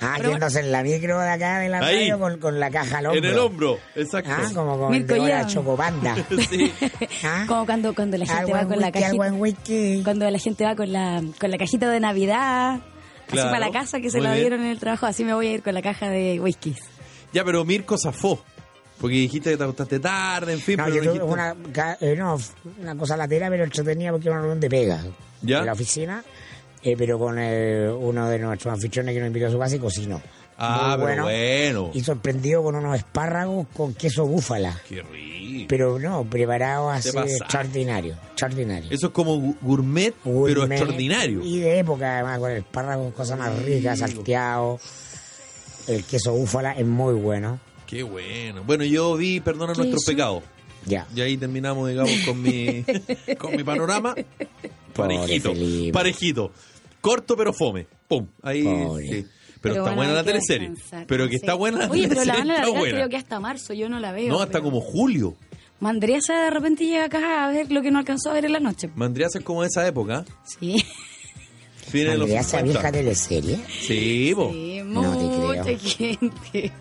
[SPEAKER 3] ah, yéndose en la micro de acá de la
[SPEAKER 1] Ahí.
[SPEAKER 3] radio con, con la caja al hombro.
[SPEAKER 1] En el hombro, exacto.
[SPEAKER 3] Ah, como con
[SPEAKER 2] Mirko,
[SPEAKER 3] de hora
[SPEAKER 2] ya.
[SPEAKER 3] chocobanda.
[SPEAKER 1] Sí.
[SPEAKER 3] Ah,
[SPEAKER 2] Como cuando, cuando la gente
[SPEAKER 3] algo
[SPEAKER 2] va
[SPEAKER 3] en
[SPEAKER 2] con la
[SPEAKER 3] whisky, algo
[SPEAKER 2] cajita.
[SPEAKER 3] en whisky.
[SPEAKER 2] Cuando la gente va con la, con la cajita de Navidad.
[SPEAKER 1] Claro.
[SPEAKER 2] Así para la casa que se
[SPEAKER 1] Muy
[SPEAKER 2] la
[SPEAKER 1] bien.
[SPEAKER 2] dieron en el trabajo. Así me voy a ir con la caja de whiskies.
[SPEAKER 1] Ya, pero Mirko zafó. Porque dijiste que te acostaste tarde, en fin,
[SPEAKER 3] No,
[SPEAKER 1] pero
[SPEAKER 3] yo
[SPEAKER 1] no
[SPEAKER 3] tuve
[SPEAKER 1] dijiste-
[SPEAKER 3] una, ca- eh, no, f- una cosa lateral, pero entretenida porque era una reunión de pega
[SPEAKER 1] ¿Ya?
[SPEAKER 3] en la oficina, eh, pero con eh, uno de nuestros anfitriones que nos invitó a su casa y cocinó.
[SPEAKER 1] Ah,
[SPEAKER 3] Muy
[SPEAKER 1] pero bueno.
[SPEAKER 3] Y sorprendido con unos espárragos con queso búfala.
[SPEAKER 1] Qué rico.
[SPEAKER 3] Pero no, preparado así de
[SPEAKER 1] pasaste.
[SPEAKER 3] extraordinario, extraordinario.
[SPEAKER 1] Eso es como gu- gourmet, pero
[SPEAKER 3] Gourmet
[SPEAKER 1] extraordinario.
[SPEAKER 3] Y de época, además, con el espárrago, cosas más ricas, salteado. El queso búfala es muy bueno.
[SPEAKER 1] Qué bueno. Bueno, yo vi Perdona
[SPEAKER 2] ¿Qué
[SPEAKER 1] nuestros
[SPEAKER 2] hizo?
[SPEAKER 1] pecados.
[SPEAKER 3] Ya.
[SPEAKER 1] Y ahí terminamos, digamos, con mi, con mi panorama.
[SPEAKER 3] Pobre
[SPEAKER 1] Parejito.
[SPEAKER 3] Felipe.
[SPEAKER 1] Parejito. Corto pero fome. Pum. Ahí.
[SPEAKER 3] Pobre.
[SPEAKER 1] sí. Pero, está
[SPEAKER 2] bueno,
[SPEAKER 1] buena
[SPEAKER 2] hay
[SPEAKER 1] la
[SPEAKER 2] que
[SPEAKER 1] teleserie.
[SPEAKER 2] descansar.
[SPEAKER 1] Pero que
[SPEAKER 2] Sí.
[SPEAKER 1] está buena la
[SPEAKER 2] Oye, pero
[SPEAKER 1] teleserie.
[SPEAKER 2] la van a
[SPEAKER 1] está
[SPEAKER 2] largar
[SPEAKER 1] buena.
[SPEAKER 2] creo que hasta marzo. Yo no la veo.
[SPEAKER 1] no, hasta
[SPEAKER 2] pero-
[SPEAKER 1] como julio.
[SPEAKER 2] Mandriasa de repente llega acá a ver lo que no alcanzó a ver en la noche.
[SPEAKER 1] Mandriasa es como de esa época. ¿eh?
[SPEAKER 2] Sí.
[SPEAKER 1] Fines de los
[SPEAKER 3] Andrea, esa
[SPEAKER 1] 50.
[SPEAKER 3] vieja teleserie.
[SPEAKER 1] Sí, po.
[SPEAKER 2] Sí,
[SPEAKER 3] No te creo.
[SPEAKER 2] mucha gente.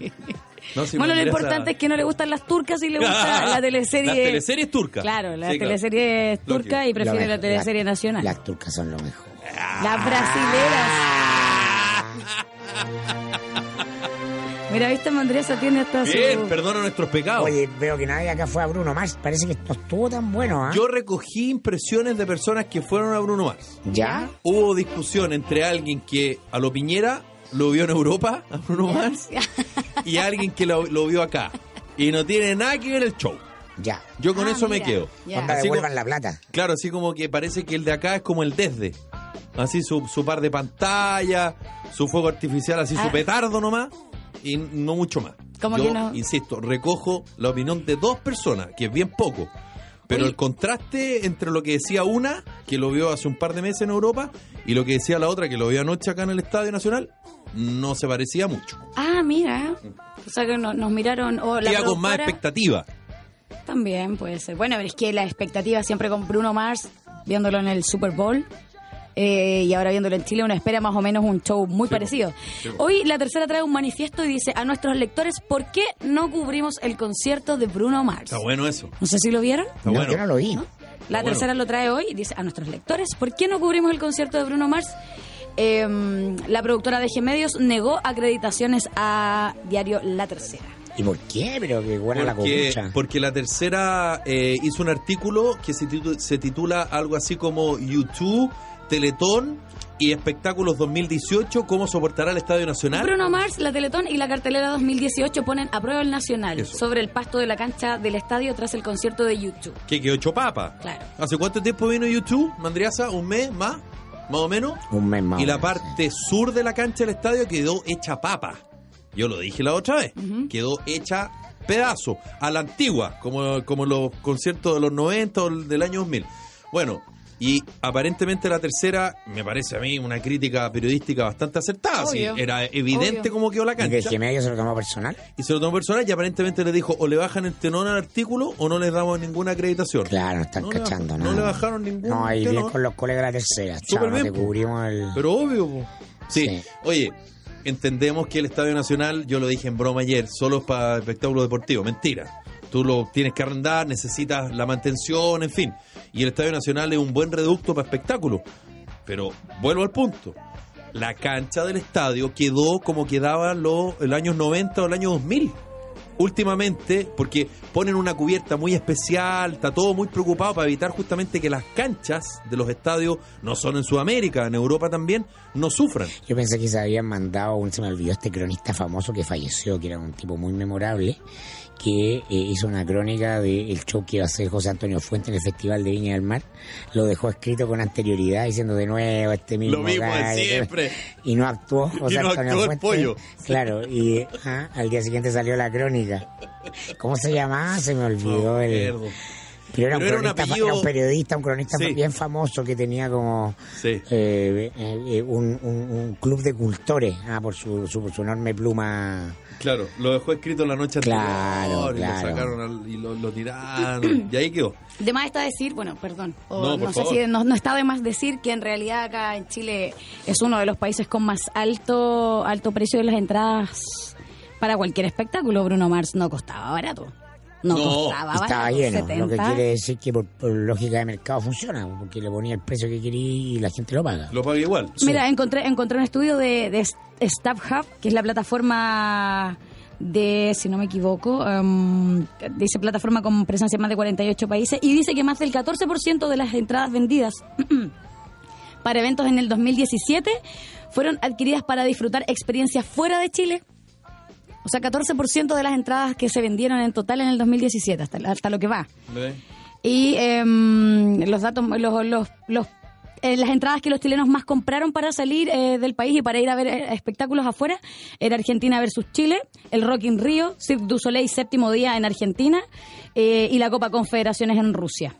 [SPEAKER 1] No, sí,
[SPEAKER 2] bueno, lo
[SPEAKER 1] Mandriasa-
[SPEAKER 2] importante es que no le gustan las turcas y le gusta la teleserie.
[SPEAKER 1] La teleserie es turca.
[SPEAKER 2] Claro, la
[SPEAKER 1] Sí, claro.
[SPEAKER 2] teleserie es turca
[SPEAKER 1] Lógico.
[SPEAKER 2] y
[SPEAKER 3] Lo
[SPEAKER 2] prefiere
[SPEAKER 3] mejor.
[SPEAKER 2] la teleserie
[SPEAKER 3] Las-
[SPEAKER 2] nacional.
[SPEAKER 3] Las turcas son lo mejor.
[SPEAKER 1] Ah.
[SPEAKER 2] Las brasileras. Mira, viste, Mandriasa tiene hasta
[SPEAKER 1] Bien,
[SPEAKER 2] su...
[SPEAKER 1] perdona nuestros pecados.
[SPEAKER 3] Oye, veo que nadie acá fue a Bruno Mars. Parece que no estuvo tan bueno, ¿ah?
[SPEAKER 1] Yo recogí impresiones de personas que fueron a Bruno Mars.
[SPEAKER 3] ¿Ya?
[SPEAKER 1] Hubo discusión entre alguien que a lo Piñera lo vio en Europa, a Bruno Mars, y alguien que lo, lo vio acá. Y no tiene nada que ver el show.
[SPEAKER 3] Ya.
[SPEAKER 1] Yo con
[SPEAKER 2] Ah,
[SPEAKER 1] eso me
[SPEAKER 2] mira,
[SPEAKER 1] quedo.
[SPEAKER 2] ya.
[SPEAKER 3] Onda,
[SPEAKER 1] Así
[SPEAKER 3] devuelvan
[SPEAKER 1] como-
[SPEAKER 3] la plata.
[SPEAKER 1] claro, así como que parece que el de acá es como el desde. Así su, su par de pantalla, su fuego artificial, así su
[SPEAKER 2] Ah.
[SPEAKER 1] petardo nomás, y no mucho más.
[SPEAKER 2] Como
[SPEAKER 1] Yo,
[SPEAKER 2] que no-
[SPEAKER 1] insisto, recojo la opinión de dos personas, que es bien poco. Pero
[SPEAKER 2] Oye.
[SPEAKER 1] el contraste entre lo que decía una, que lo vio hace un par de meses en Europa, y lo que decía la otra, que lo vio anoche acá en el Estadio Nacional, no se parecía mucho.
[SPEAKER 2] Ah, mira. O sea que no- nos miraron... o la
[SPEAKER 1] Iba con más
[SPEAKER 2] productora-
[SPEAKER 1] expectativa.
[SPEAKER 2] También puede ser. Bueno, pero es que la expectativa siempre con Bruno Mars, viéndolo en el Super Bowl. eh, y ahora viéndolo en Chile, uno espera más o menos un show muy parecido.
[SPEAKER 1] sí, po.
[SPEAKER 2] Hoy la tercera trae un manifiesto y dice a nuestros lectores por qué no cubrimos el concierto de Bruno Mars.
[SPEAKER 1] Está bueno eso.
[SPEAKER 2] No sé si lo vieron.
[SPEAKER 1] Está
[SPEAKER 3] no,
[SPEAKER 1] bueno.
[SPEAKER 3] yo no lo vi.
[SPEAKER 2] La
[SPEAKER 1] bueno.
[SPEAKER 2] tercera lo trae hoy y dice a nuestros lectores, ¿por qué no cubrimos el concierto de Bruno Mars? Eh, la productora de G-Medios negó acreditaciones a diario La Tercera.
[SPEAKER 3] ¿Y por qué? Pero qué buena la
[SPEAKER 1] porque,
[SPEAKER 3] copucha.
[SPEAKER 1] porque la tercera eh, hizo un artículo que se, titu- se titula algo así como YouTube, Teletón y Espectáculos 2018, ¿cómo soportará el Estadio Nacional?
[SPEAKER 2] Bruno Mars, la Teletón y la cartelera 2018 ponen a prueba el Nacional
[SPEAKER 1] Eso.
[SPEAKER 2] sobre el pasto de la cancha del estadio tras el concierto de YouTube.
[SPEAKER 1] Que quedó hecho papa.
[SPEAKER 2] Claro.
[SPEAKER 1] ¿Hace cuánto tiempo vino YouTube, Mandriasa? ¿Un mes más? ¿Más o menos?
[SPEAKER 3] Un mes más.
[SPEAKER 1] y la
[SPEAKER 3] o menos,
[SPEAKER 1] parte sur de la cancha del estadio quedó hecha papa. Yo lo dije la otra vez. Quedó hecha pedazo, a la antigua, como, como los conciertos de los 90 o del año 2000. Bueno, y aparentemente la tercera, me parece a mí una crítica periodística bastante acertada. sí.
[SPEAKER 2] Obvio.
[SPEAKER 1] era evidente
[SPEAKER 2] Obvio.
[SPEAKER 1] cómo quedó la
[SPEAKER 3] sí. Y que el
[SPEAKER 1] cancha.
[SPEAKER 3] Gemelio se lo tomó personal.
[SPEAKER 1] Y se lo tomó personal y aparentemente le dijo o le bajan el tenón al artículo o no les damos ninguna acreditación.
[SPEAKER 3] Claro, no están
[SPEAKER 1] No le
[SPEAKER 3] cachando
[SPEAKER 1] baj-
[SPEAKER 3] nada.
[SPEAKER 1] no le bajaron ningún pues.
[SPEAKER 3] No, ahí bien
[SPEAKER 1] tenor.
[SPEAKER 3] con los colegas de la tercera.
[SPEAKER 1] Súper
[SPEAKER 3] Chao, no
[SPEAKER 1] bien,
[SPEAKER 3] te
[SPEAKER 1] po.
[SPEAKER 3] cubrimos el...
[SPEAKER 1] Pero obvio, po. Sí.
[SPEAKER 3] Sí.
[SPEAKER 1] Oye, entendemos que el Estadio Nacional, yo lo dije en broma ayer, solo es para espectáculos deportivos. Mentira. Tú lo tienes que arrendar, necesitas la mantención, en fin. Y el Estadio Nacional es un buen reducto para espectáculos. Pero vuelvo al punto. La cancha del estadio quedó como quedaba los, el año 90 o el año 2000. Últimamente, porque ponen una cubierta muy especial, está todo muy preocupado para evitar justamente que las canchas de los estadios, no solo en Sudamérica, en Europa también, no sufran.
[SPEAKER 3] Yo pensé que se habían mandado, un- se me olvidó este cronista famoso que falleció, que era un tipo muy memorable, que eh, hizo una crónica del show que iba a hacer José Antonio Fuente en el Festival de Viña del Mar. Lo dejó escrito con anterioridad, diciendo de nuevo este mismo.
[SPEAKER 1] Lo mismo de
[SPEAKER 3] gallo.
[SPEAKER 1] siempre.
[SPEAKER 3] Y no actuó José
[SPEAKER 1] Y no
[SPEAKER 3] Antonio
[SPEAKER 1] actuó el
[SPEAKER 3] Fuente.
[SPEAKER 1] pollo.
[SPEAKER 3] Claro, y eh, ah, al día siguiente salió la crónica. ¿Cómo se llamaba? Se me olvidó.
[SPEAKER 1] No,
[SPEAKER 3] el...
[SPEAKER 1] mierda.
[SPEAKER 3] Pero era un,
[SPEAKER 1] Pero era un
[SPEAKER 3] cronista,
[SPEAKER 1] apellido-
[SPEAKER 3] era un periodista, un cronista
[SPEAKER 1] Sí.
[SPEAKER 3] bien famoso que tenía como
[SPEAKER 1] Sí.
[SPEAKER 3] eh, eh, eh, un, un- un club de cultores ah, por su, su, su enorme pluma.
[SPEAKER 1] Claro, lo dejó escrito la noche
[SPEAKER 3] Claro,
[SPEAKER 1] anterior y
[SPEAKER 3] claro.
[SPEAKER 1] lo sacaron al- y lo, lo tiraron y ahí quedó.
[SPEAKER 2] De más está decir, bueno, perdón, o
[SPEAKER 1] No,
[SPEAKER 2] no,
[SPEAKER 1] por
[SPEAKER 2] sé
[SPEAKER 1] favor.
[SPEAKER 2] si no, no está de más decir que en realidad acá en Chile es uno de los países con más alto alto precio de las entradas para cualquier espectáculo. Bruno Mars no costaba barato. No,
[SPEAKER 1] No,
[SPEAKER 2] costaba barato.
[SPEAKER 3] Estaba lleno, lo que
[SPEAKER 2] 70.
[SPEAKER 3] quiere decir que por, por lógica de mercado funciona, porque le ponía el precio que quería y la gente lo paga.
[SPEAKER 1] Lo pagué igual.
[SPEAKER 2] Mira, encontré, encontré un estudio de, de StubHub, que es la plataforma de, si no me equivoco, em, dice plataforma con presencia en más de 48 países, y dice que más del 14% de las entradas vendidas para eventos en el 2017 fueron adquiridas para disfrutar experiencias fuera de Chile. O sea, 14% de las entradas que se vendieron en total en el 2017, hasta, hasta lo que va.
[SPEAKER 1] ¿Ve?
[SPEAKER 2] Y em, los datos, los, los, los- eh, las entradas que los chilenos más compraron para salir eh, del país y para ir a ver eh, espectáculos afuera era Argentina versus Chile, el Rock in Rio, Cirque du Soleil séptimo día en Argentina eh, y la Copa Confederaciones en Rusia.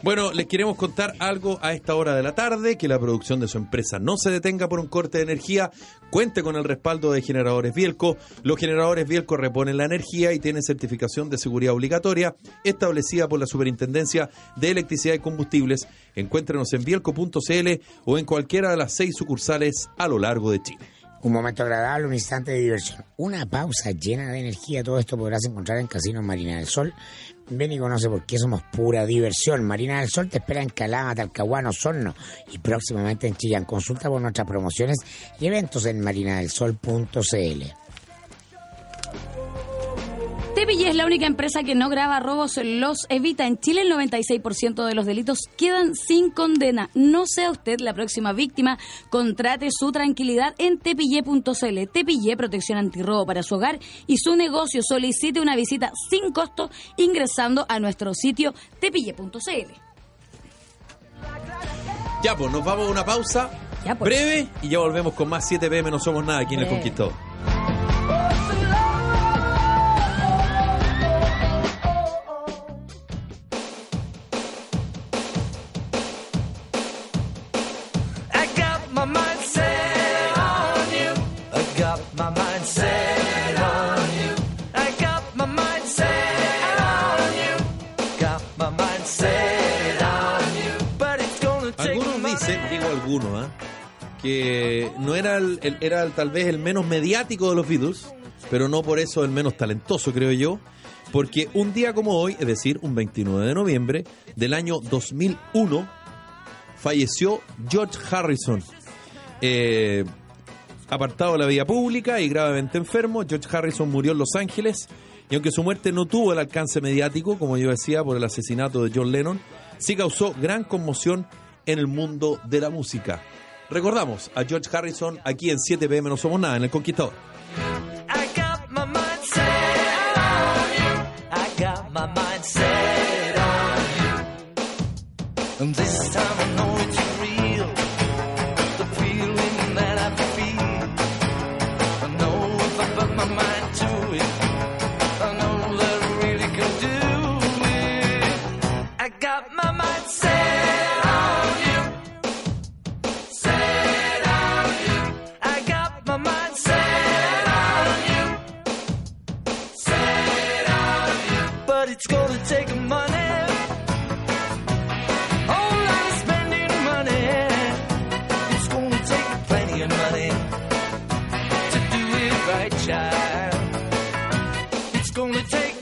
[SPEAKER 1] Bueno, les queremos contar algo a esta hora de la tarde, que la producción de su empresa no se detenga por un corte de energía, cuente con el respaldo de generadores Bielco. Los generadores Bielco reponen la energía y tienen certificación de seguridad obligatoria establecida por la Superintendencia de Electricidad y Combustibles. Encuéntrenos en bielco.cl o en cualquiera de las seis sucursales a lo largo de Chile.
[SPEAKER 3] Un momento agradable, un instante de diversión. Una pausa llena de energía. Todo esto podrás encontrar en Casinos Marina del Sol. Ven y conoce por qué somos pura diversión. Marina del Sol te espera en Calama, Talcahuano, Sorno y próximamente en Chillán. Consulta por nuestras promociones y eventos en marinadelsol.cl.
[SPEAKER 2] TPG es la única empresa que no graba robos, los evita. En Chile el 96% de los delitos quedan sin condena. No sea usted la próxima víctima. Contrate su tranquilidad en tepille.cl. Tepille, protección antirrobo para su hogar y su negocio. Solicite una visita sin costo ingresando a nuestro sitio tepille.cl.
[SPEAKER 1] Ya, pues nos vamos a una pausa
[SPEAKER 2] Ya, pues.
[SPEAKER 1] breve y ya volvemos con más 7 pm. No somos nada aquí en El
[SPEAKER 2] Breve.
[SPEAKER 1] Conquistador.
[SPEAKER 4] I got my mind set on you. I got my mind set on you. I got my mind set on you. Got my mind set on you. But it's gonna take
[SPEAKER 1] Algunos
[SPEAKER 4] money.
[SPEAKER 1] dicen, digo algunos, ¿ah? que no era el, el- era el- tal vez el menos mediático de los Beatles, pero no por eso el menos talentoso, creo yo, porque un día como hoy, es decir, un 29 de noviembre del año 2001, falleció George Harrison. Eh, apartado de la vida pública y gravemente enfermo, George Harrison murió en Los Ángeles y aunque su muerte no tuvo el alcance mediático, como yo decía, por el asesinato de John Lennon, sí causó gran conmoción en el mundo de la música. Recordamos a George Harrison aquí en 7 pm No Somos Nada, en El Conquistador.
[SPEAKER 4] I got my mind set on you. I got my mind set on you. And this time I know it's real. The feeling that I feel. I know if I put my mind to it, I know that I really can do it. I got my mind set on you. Set on you. I got my mind set on you. Set on you. But it's gonna take money. Whole lot of spending money. It's gonna take plenty of money to do it right, child. It's gonna take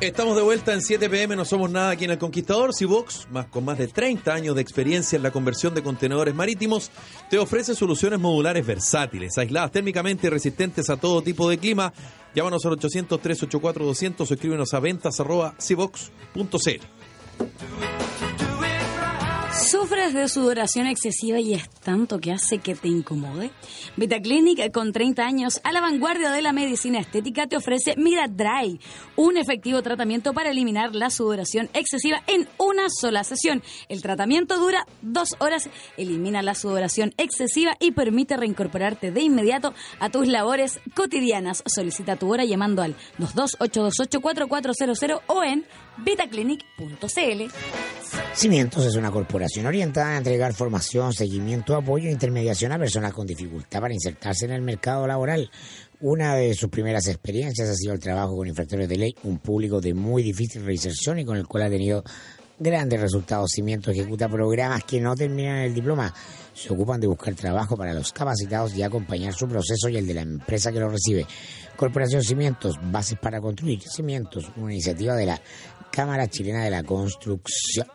[SPEAKER 1] Estamos de vuelta en 7 pm, no somos nada aquí en El Conquistador. Civox, más, con más de 30 años de experiencia en la conversión de contenedores marítimos, te ofrece soluciones modulares versátiles, aisladas térmicamente y resistentes a todo tipo de clima. Llámanos al 800-384-200 o escríbenos a ventas.civox.cl.
[SPEAKER 2] ¿Sufres de sudoración excesiva y es tanto que hace que te incomode? Vitaclinic, con 30 años, a la vanguardia de la medicina estética, te ofrece Mira Dry, un efectivo tratamiento para eliminar la sudoración excesiva en una sola sesión. El tratamiento dura dos horas, elimina la sudoración excesiva y permite reincorporarte de inmediato a tus labores cotidianas. Solicita tu hora llamando al 228284400 o en vitaclinic.cl.
[SPEAKER 3] Cimientos es una corporación orientada a entregar formación, seguimiento, apoyo e intermediación a personas con dificultad para insertarse en el mercado laboral. Una de sus primeras experiencias ha sido el trabajo con infractores de ley, un público de muy difícil reinserción y con el cual ha tenido grandes resultados. Cimiento ejecuta programas que no terminan el diploma. Se ocupan de buscar trabajo para los capacitados y acompañar su proceso y el de la empresa que lo recibe. Corporación Cimientos, bases para construir. Cimientos, una iniciativa de la Cámara Chilena de la Construcción.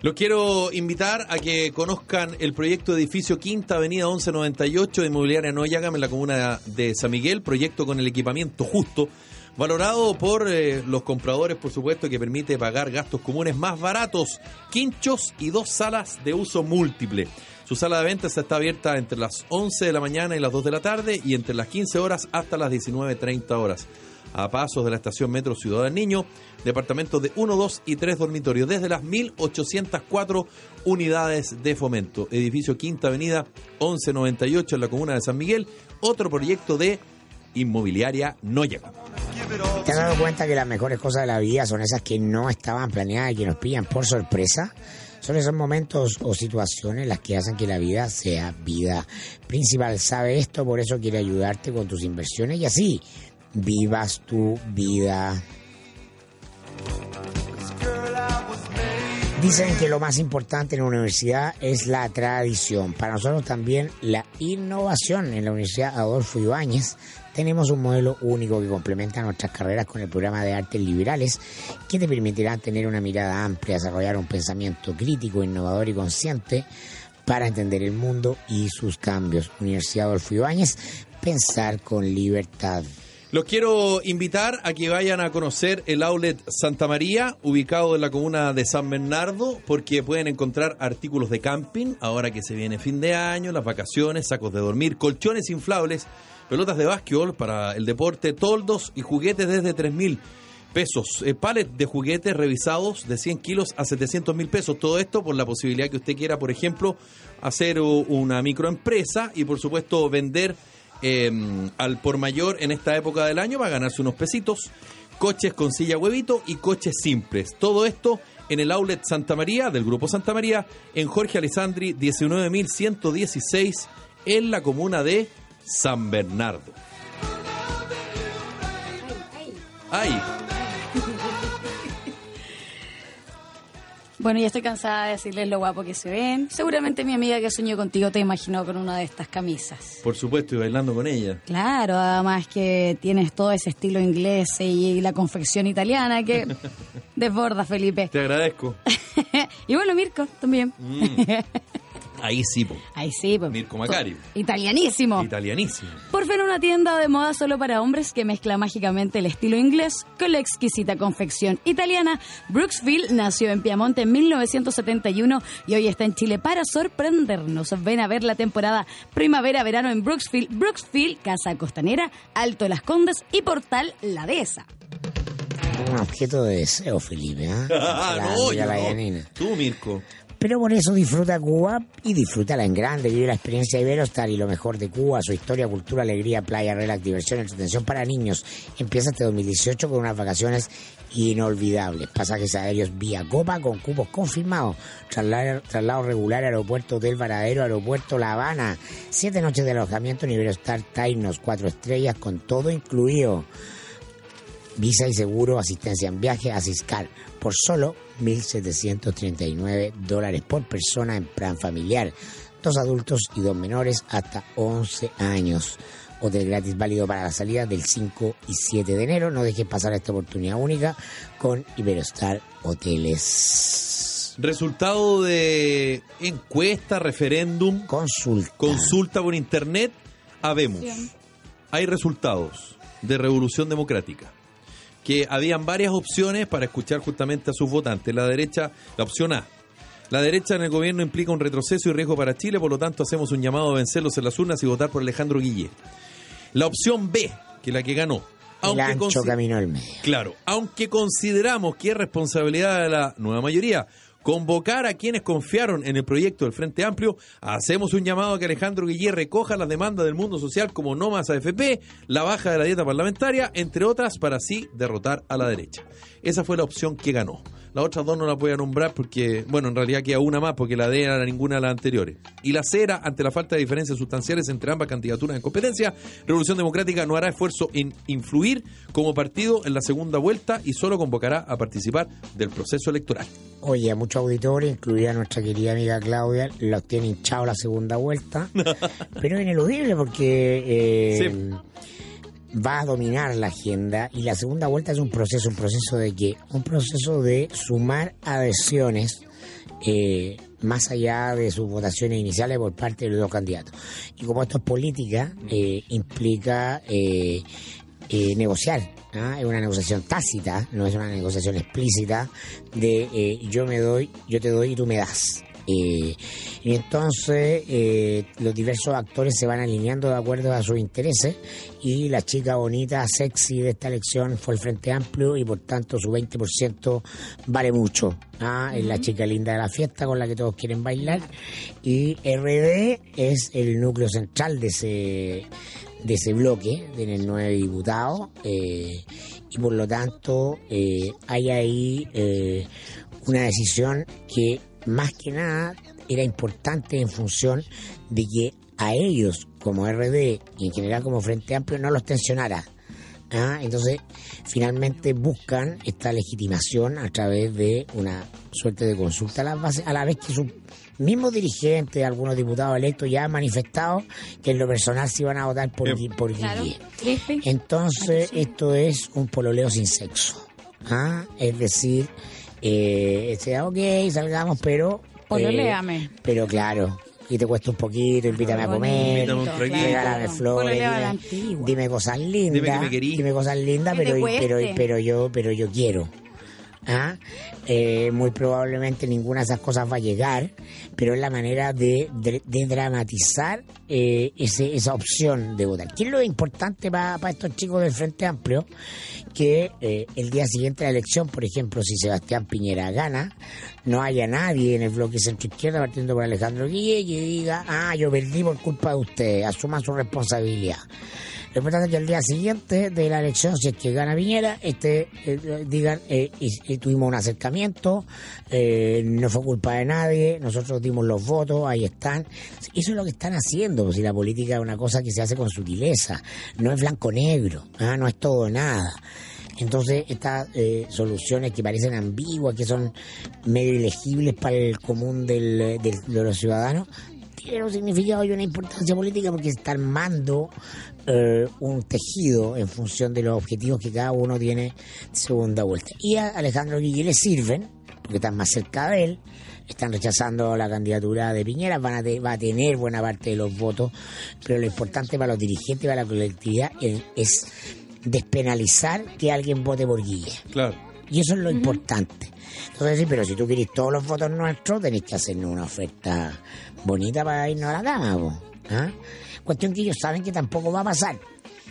[SPEAKER 1] Los quiero invitar a que conozcan el proyecto de edificio Quinta Avenida 1198 de Inmobiliaria Noyagam en la comuna de San Miguel, proyecto con el equipamiento justo, valorado por eh, los compradores, por supuesto, que permite pagar gastos comunes más baratos, quinchos y dos salas de uso múltiple. Su sala de ventas está abierta entre las 11 de la mañana y las 2 de la tarde y entre las 15 horas hasta las 19.30 horas a pasos de la estación Metro Ciudad del Niño, departamentos de 1, 2 y 3 dormitorios, desde las 1.804 unidades de fomento. Edificio Quinta Avenida 1198 en la comuna de San Miguel, otro proyecto de inmobiliaria Noya.
[SPEAKER 3] ¿Te has dado cuenta que las mejores cosas de la vida son esas que no estaban planeadas y que nos pillan por sorpresa? Son esos momentos o situaciones las que hacen que la vida sea vida. Principal sabe esto, por eso quiere ayudarte con tus inversiones y así vivas tu vida. Dicen que lo más importante en la universidad es la tradición. Para nosotros también la innovación. En la Universidad Adolfo Ibáñez tenemos un modelo único que complementa nuestras carreras con el programa de artes liberales, que te permitirá tener una mirada amplia, desarrollar un pensamiento crítico, innovador y consciente para entender el mundo y sus cambios. Universidad Adolfo Ibáñez, pensar con libertad.
[SPEAKER 1] Los quiero invitar a que vayan a conocer el outlet Santa María, ubicado en la comuna de San Bernardo, porque pueden encontrar artículos de camping, ahora que se viene fin de año, las vacaciones, sacos de dormir, colchones inflables, pelotas de básquetbol para el deporte, toldos y juguetes desde 3 mil pesos. Eh, palet de juguetes revisados de 100 kilos a 700 mil pesos. Todo esto por la posibilidad que usted quiera, por ejemplo, hacer una microempresa y, por supuesto, vender eh, al por mayor en esta época del año va a ganarse unos pesitos, coches con silla huevito y coches simples. Todo esto en el outlet Santa María del Grupo Santa María en Jorge Alessandri 19116 en la comuna de San Bernardo. Ay.
[SPEAKER 2] Bueno, ya estoy cansada de decirles lo guapo que se ven. Seguramente mi amiga que soñó contigo te imaginó con una de estas camisas.
[SPEAKER 1] Por supuesto, y bailando con ella.
[SPEAKER 2] Claro, además que tienes todo ese estilo inglés y la confección italiana que desborda, Felipe.
[SPEAKER 1] Te agradezco.
[SPEAKER 2] y bueno, Mirko, también.
[SPEAKER 1] Mm. Ahí sí, po.
[SPEAKER 2] Ahí sí, pues.
[SPEAKER 1] Mirko Macari.
[SPEAKER 2] Italianísimo.
[SPEAKER 1] Italianísimo.
[SPEAKER 2] Por fin una tienda de moda solo para hombres que mezcla mágicamente el estilo inglés con la exquisita confección italiana. Brooksville nació en Piamonte en 1971 y hoy está en Chile para sorprendernos. Ven a ver la temporada primavera-verano en Brooksville, Brooksville, Casa Costanera, Alto Las Condes y Portal La Dehesa.
[SPEAKER 3] Un objeto de deseo, Felipe. ¿eh?
[SPEAKER 1] Ah,
[SPEAKER 3] La
[SPEAKER 1] no,
[SPEAKER 3] amiga
[SPEAKER 1] yo
[SPEAKER 3] la
[SPEAKER 1] no.
[SPEAKER 3] Yanina.
[SPEAKER 1] Tú, Mirko.
[SPEAKER 3] Pero por eso disfruta Cuba y disfrútala en grande. Vive la experiencia de Iberostar y lo mejor de Cuba, su historia, cultura, alegría, playa, relax, diversión, entretención para niños. Empieza este 2018 con unas vacaciones inolvidables. Pasajes aéreos vía Copa con cupos confirmados. Traslado, traslado regular, aeropuerto del Varadero, aeropuerto La Habana. Siete noches de alojamiento en Iberostar Tainos, cuatro estrellas con todo incluido. Visa y seguro, asistencia en viaje a Ciscar por solo 1.739 dólares por persona en plan familiar. Dos adultos y dos menores hasta 11 años. Hotel gratis válido para la salida del 5 y 7 de enero. No dejes pasar esta oportunidad única con Iberostar Hoteles.
[SPEAKER 1] Resultado de encuesta, referéndum,
[SPEAKER 3] Consulta.
[SPEAKER 1] consulta por internet, habemos. Hay resultados de Revolución Democrática. Que habían varias opciones para escuchar justamente a sus votantes. La derecha, la opción A. La derecha en el gobierno implica un retroceso y riesgo para Chile, por lo tanto hacemos un llamado a vencerlos en las urnas y votar por Alejandro Guille. La opción B, que es la que ganó.
[SPEAKER 3] El ancho
[SPEAKER 1] consi-
[SPEAKER 3] camino del medio.
[SPEAKER 1] Claro, aunque consideramos que es responsabilidad de la nueva mayoría convocar a quienes confiaron en el proyecto del Frente Amplio, hacemos un llamado a que Alejandro Guillé recoja las demandas del mundo social como no más AFP, la baja de la dieta parlamentaria, entre otras, para así derrotar a la derecha. Esa fue la opción que ganó. Las otras dos no las voy a nombrar porque, bueno, en realidad queda una más porque la D era ninguna de las anteriores. Y la C era, ante la falta de diferencias sustanciales entre ambas candidaturas en competencia, Revolución Democrática no hará esfuerzo en influir como partido en la segunda vuelta y solo convocará a participar del proceso electoral.
[SPEAKER 3] Oye, a muchos auditores, incluida nuestra querida amiga Claudia, los tiene hinchados la segunda vuelta. pero es ineludible porque eh, va a dominar la agenda y la segunda vuelta es un proceso, un proceso de qué? Un proceso de sumar adhesiones. eh, más allá de sus votaciones iniciales por parte de los dos candidatos. Y como esto es política, eh, implica eh, eh, negociar. ¿ah? Es una negociación tácita, no es una negociación explícita de eh, yo me doy, yo te doy y tú me das. Eh, y entonces eh, los diversos actores se van alineando de acuerdo a sus intereses y la chica bonita, sexy de esta elección fue el Frente Amplio y por tanto su 20% vale mucho. Ah, es la chica linda de la fiesta con la que todos quieren bailar y RD es el núcleo central de ese de ese bloque, en el nueve diputados, eh, y por lo tanto eh, hay ahí eh, una decisión que más que nada era importante en función de que a ellos como RD y en general como Frente Amplio no los tensionara. ¿ah? Entonces, finalmente buscan esta legitimación a través de una suerte de consulta a la, base, a la vez que sus mismos dirigentes, algunos diputados electos ya han manifestado que en lo personal sí van a votar por,
[SPEAKER 1] Bien.
[SPEAKER 3] Gui- por
[SPEAKER 2] Claro.
[SPEAKER 3] Guille.
[SPEAKER 2] Crispin.
[SPEAKER 3] Entonces, esto es un pololeo sin sexo. ¿ah? Es decir, eh, sea, ok, salgamos, pero... eh,
[SPEAKER 2] Pololéame.
[SPEAKER 3] pero claro, y te cuesta un poquito, invítame a comer,
[SPEAKER 1] Invítame un traguito.
[SPEAKER 3] regálame flores,
[SPEAKER 2] Pololeo a la
[SPEAKER 3] dime,
[SPEAKER 2] antigua.
[SPEAKER 3] dime cosas lindas,
[SPEAKER 1] Dime que me querís.
[SPEAKER 3] cosas lindas,
[SPEAKER 2] Que te
[SPEAKER 3] pero, pero,
[SPEAKER 2] cueste.
[SPEAKER 3] pero yo, pero yo quiero. ¿Ah? Eh, muy probablemente ninguna de esas cosas va a llegar, pero es la manera de, de- de dramatizar eh, ese- esa opción de votar. ¿Qué es lo importante para estos chicos del Frente Amplio? Que eh, el día siguiente de la elección, por ejemplo, si Sebastián Piñera gana, no haya nadie en el bloque centro izquierda partiendo por Alejandro Guille que diga, ah, yo perdí por culpa de usted, asuma su responsabilidad. Lo importante es que el día siguiente de la elección, si es que gana Piñera, este, eh, digan, eh, y- y tuvimos un acercamiento, eh, no fue culpa de nadie, nosotros dimos los votos, ahí están. Eso es lo que están haciendo, si la política es una cosa que se hace con sutileza, no es blanco-negro, ah, no es todo o nada. Entonces, estas eh, soluciones que parecen ambiguas, que son medio ilegibles para el común del- del- de los ciudadanos, tienen un significado y una importancia política porque se está armando eh, un tejido en función de los objetivos que cada uno tiene de segunda vuelta. Y a Alejandro Guille le sirven, porque están más cerca de él, están rechazando la candidatura de Piñera, van a te- va a tener buena parte de los votos, pero lo importante para los dirigentes, para la colectividad, eh, es despenalizar que alguien vote por Guille.
[SPEAKER 1] Claro.
[SPEAKER 3] Y eso es lo importante. Entonces, sí, pero si tú querés todos los votos nuestros, tenés que hacernos una oferta bonita para irnos a la cama. po. ¿Ah? Cuestión que ellos saben que tampoco va a pasar.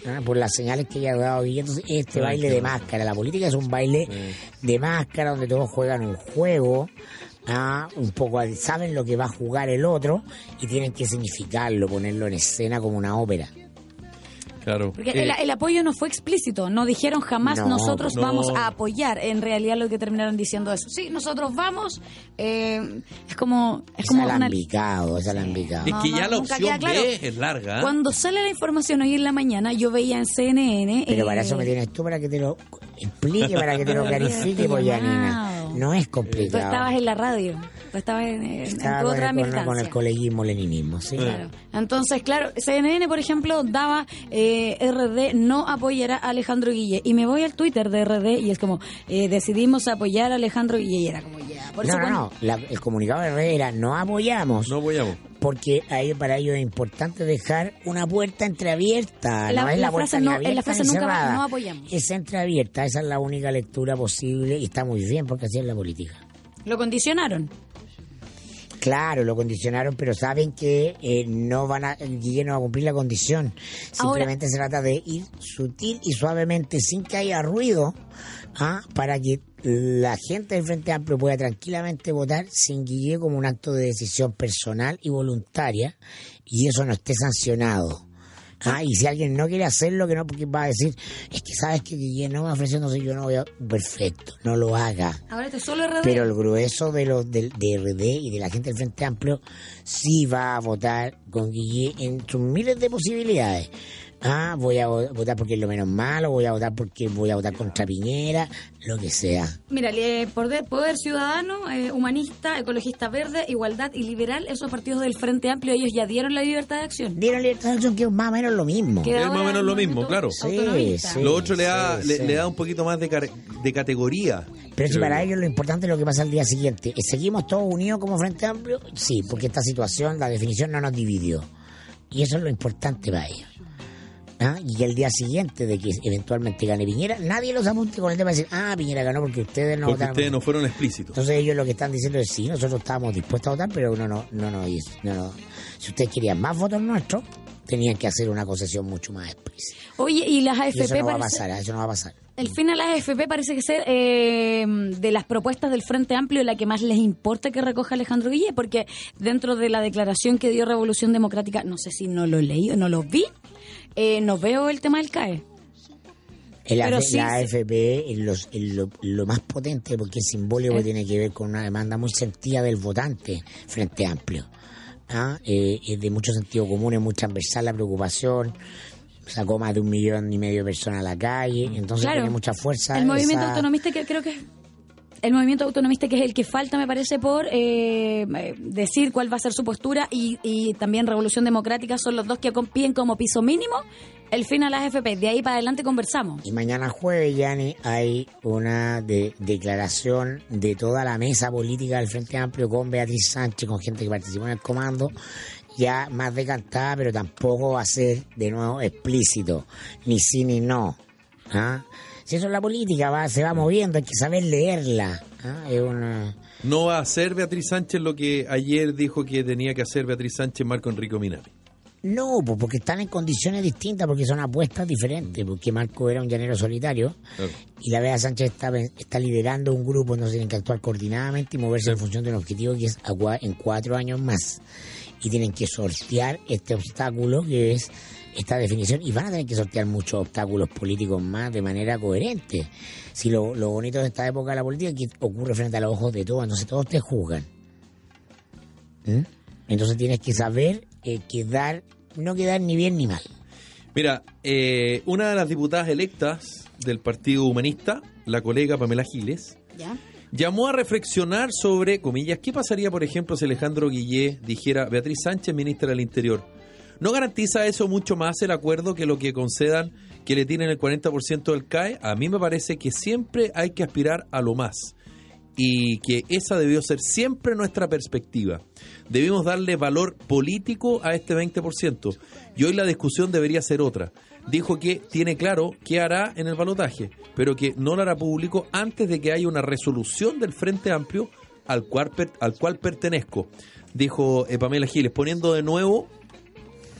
[SPEAKER 3] ¿ah? Por las señales que ya ha dado Guille. Entonces, este baile de máscara, la política es un baile de máscara donde todos juegan un juego. ¿ah? un poco al- saben lo que va a jugar el otro y tienen que significarlo, ponerlo en escena como una ópera.
[SPEAKER 1] Claro.
[SPEAKER 2] Porque
[SPEAKER 1] Eh,
[SPEAKER 2] el, el apoyo no fue explícito, no dijeron jamás
[SPEAKER 3] No,
[SPEAKER 2] nosotros
[SPEAKER 1] no.
[SPEAKER 2] vamos a apoyar. En realidad lo que terminaron diciendo es, sí, nosotros vamos. eh, es como... Es
[SPEAKER 3] Es
[SPEAKER 2] como una-
[SPEAKER 3] alambicado, es alambicado.
[SPEAKER 1] es que
[SPEAKER 2] no,
[SPEAKER 1] ya
[SPEAKER 2] no,
[SPEAKER 1] la
[SPEAKER 2] nunca
[SPEAKER 1] opción
[SPEAKER 2] queda claro.
[SPEAKER 1] B es
[SPEAKER 3] ¿Ah?
[SPEAKER 1] larga. ¿eh?
[SPEAKER 2] Cuando sale la información hoy en la mañana, yo veía en CNN...
[SPEAKER 3] Pero
[SPEAKER 2] eh,
[SPEAKER 3] para eso me tienes tú, para que te lo explique, para que te lo clarifique, pues, Yanina. No es
[SPEAKER 2] Tú
[SPEAKER 3] complicado.
[SPEAKER 2] estabas en la radio. estaba en, en- en
[SPEAKER 3] Estaba
[SPEAKER 2] tu
[SPEAKER 3] con
[SPEAKER 2] otra
[SPEAKER 3] el, con-
[SPEAKER 2] militancia.
[SPEAKER 3] con el coleguismo leninismo, sí.
[SPEAKER 2] Claro. Entonces, claro, CNN, por ejemplo, daba eh, RD no apoyará a Alejandro Guille. Y me voy al Twitter de RD y es como, eh, decidimos apoyar a Alejandro Guille. Y era como, ya. Por
[SPEAKER 3] no,
[SPEAKER 2] eso
[SPEAKER 3] no,
[SPEAKER 2] cuando-
[SPEAKER 3] no. La- el comunicado de red era no apoyamos,
[SPEAKER 1] No apoyamos.
[SPEAKER 3] porque ahí para ellos es importante dejar una puerta entreabierta.
[SPEAKER 2] La-
[SPEAKER 3] no es la,
[SPEAKER 2] la
[SPEAKER 3] puerta
[SPEAKER 2] frase
[SPEAKER 3] ni
[SPEAKER 2] no-
[SPEAKER 3] abierta
[SPEAKER 2] en la frase
[SPEAKER 3] ni
[SPEAKER 2] nunca va,
[SPEAKER 3] cerrada.
[SPEAKER 2] no apoyamos.
[SPEAKER 3] Es entreabierta, esa es la única lectura posible y está muy bien porque así es la política.
[SPEAKER 2] lo condicionaron.
[SPEAKER 3] Claro, lo condicionaron, pero saben que eh, no van a, Guille no va a cumplir la condición.
[SPEAKER 2] Ahora-
[SPEAKER 3] Simplemente se trata de ir sutil y suavemente, sin que haya ruido, ¿ah? para que la gente del Frente Amplio pueda tranquilamente votar sin Guille como un acto de decisión personal y voluntaria, y eso no esté sancionado. Ah, y si alguien no quiere hacerlo, que no, porque va a decir, es que sabes que Guille no me ofrece, no sé, yo no voy a... Perfecto, no lo haga.
[SPEAKER 2] Ahora esto es solo RD.
[SPEAKER 3] Pero el grueso de los del de RD y de la gente del Frente Amplio sí va a votar con Guille en sus miles de posibilidades. Ah, voy a vo- votar porque es lo menos malo, voy a votar porque voy a votar contra Piñera, lo que sea.
[SPEAKER 2] Mira, eh, poder, poder ciudadano, eh, humanista, ecologista verde, igualdad y liberal, esos partidos del Frente Amplio, ellos ya dieron la libertad de acción.
[SPEAKER 3] Dieron libertad de acción que es más o menos lo mismo.
[SPEAKER 2] Queda
[SPEAKER 1] Es más o
[SPEAKER 2] ahora
[SPEAKER 1] menos
[SPEAKER 2] el
[SPEAKER 1] lo mismo,
[SPEAKER 2] movimiento
[SPEAKER 1] claro.
[SPEAKER 3] Sí,
[SPEAKER 2] autonomista.
[SPEAKER 3] sí.
[SPEAKER 1] Lo otro le da,
[SPEAKER 3] sí,
[SPEAKER 1] le,
[SPEAKER 3] sí.
[SPEAKER 1] le da un poquito más de, car- de categoría.
[SPEAKER 3] Pero si
[SPEAKER 1] creo
[SPEAKER 3] para
[SPEAKER 1] yo.
[SPEAKER 3] ellos lo importante es lo que pasa al día siguiente. ¿Seguimos todos unidos como Frente Amplio? Sí, porque esta situación, la definición no nos dividió. Y eso es lo importante para ellos. ¿Ah? Y el día siguiente de que eventualmente gane Piñera, nadie los apunte con el tema de decir, ah, Piñera ganó porque ustedes no
[SPEAKER 1] porque
[SPEAKER 3] votaron.
[SPEAKER 1] ustedes no fueron explícitos.
[SPEAKER 3] Entonces ellos lo que están diciendo es, sí, nosotros estábamos dispuestos a votar, pero no, no, no, no, no, no. Si ustedes querían más votos nuestros, tenían que hacer una concesión mucho más explícita.
[SPEAKER 2] Oye, y las
[SPEAKER 3] Y
[SPEAKER 2] AFP
[SPEAKER 3] eso no va a
[SPEAKER 2] parece-
[SPEAKER 3] pasar, ¿ah? eso no va a pasar.
[SPEAKER 2] El fin a la AFP parece que ser eh, de las propuestas del Frente Amplio la que más les importa que recoja Alejandro Guille, porque dentro de la declaración que dio Revolución Democrática, no sé si no lo leí o no lo vi, eh, no veo el tema del CAE.
[SPEAKER 3] El
[SPEAKER 2] Pero
[SPEAKER 3] AF-
[SPEAKER 2] sí
[SPEAKER 3] la
[SPEAKER 2] se-
[SPEAKER 3] AFP es los- es lo, lo más potente porque es simbólico,
[SPEAKER 2] Eh.
[SPEAKER 3] que tiene que ver con una demanda muy sentida del votante frente amplio. ¿Ah? Eh, es de mucho sentido común, es muy transversal la preocupación. Sacó más de un millón y medio de personas a la calle, entonces
[SPEAKER 2] Mm. Claro.
[SPEAKER 3] tiene mucha fuerza.
[SPEAKER 2] El movimiento
[SPEAKER 3] esa-
[SPEAKER 2] autonomista que creo que es... El movimiento autonomista que es el que falta, me parece, por eh, eh, decir cuál va a ser su postura y, y también Revolución Democrática son los dos que com- piden como piso mínimo el fin a la AFP. De ahí para adelante conversamos.
[SPEAKER 3] Y Pues mañana jueves, Yanni, hay una de- declaración de toda la mesa política del Frente Amplio con Beatriz Sánchez, con gente que participó en el comando, ya más decantada, pero tampoco va a ser de nuevo explícito, ni sí ni no. ¿ah? Si eso es la política, va, se va moviendo, hay que saber leerla. ¿ah? Es una...
[SPEAKER 1] No va a hacer Beatriz Sánchez lo que ayer dijo que tenía que hacer Beatriz Sánchez Marco Enrico Minami.
[SPEAKER 3] No, pues porque están en condiciones distintas, porque son apuestas diferentes, porque Marco era un llanero solitario.
[SPEAKER 1] Claro.
[SPEAKER 3] y la Bea Sánchez está, está liderando un grupo, entonces tienen que actuar coordinadamente y moverse en función de un objetivo que es a cua- en cuatro años más. Y tienen que sortear este obstáculo que es esta definición y van a tener que sortear muchos obstáculos políticos más de manera coherente. Si lo, lo bonito de esta época de la política es que ocurre frente a los ojos de todos, entonces todos te juzgan. ¿Mm? Entonces tienes que saber eh, quedar, no quedar ni bien ni mal.
[SPEAKER 1] Mira, eh, una de las diputadas electas del Partido Humanista, la colega Pamela Giles,
[SPEAKER 2] ¿Ya?
[SPEAKER 1] llamó a reflexionar sobre, comillas, qué pasaría, por ejemplo, si Alejandro Guillé dijera Beatriz Sánchez, ministra del Interior. ¿No garantiza eso mucho más el acuerdo que lo que concedan que le tienen el 40% del CAE? A mí me parece que siempre hay que aspirar a lo más y que esa debió ser siempre nuestra perspectiva. Debimos darle valor político a este 20% y hoy la discusión debería ser otra. Dijo que tiene claro qué hará en el balotaje, pero que no lo hará público antes de que haya una resolución del Frente Amplio al cual, per- al cual pertenezco, dijo eh, Pamela Giles, poniendo de nuevo,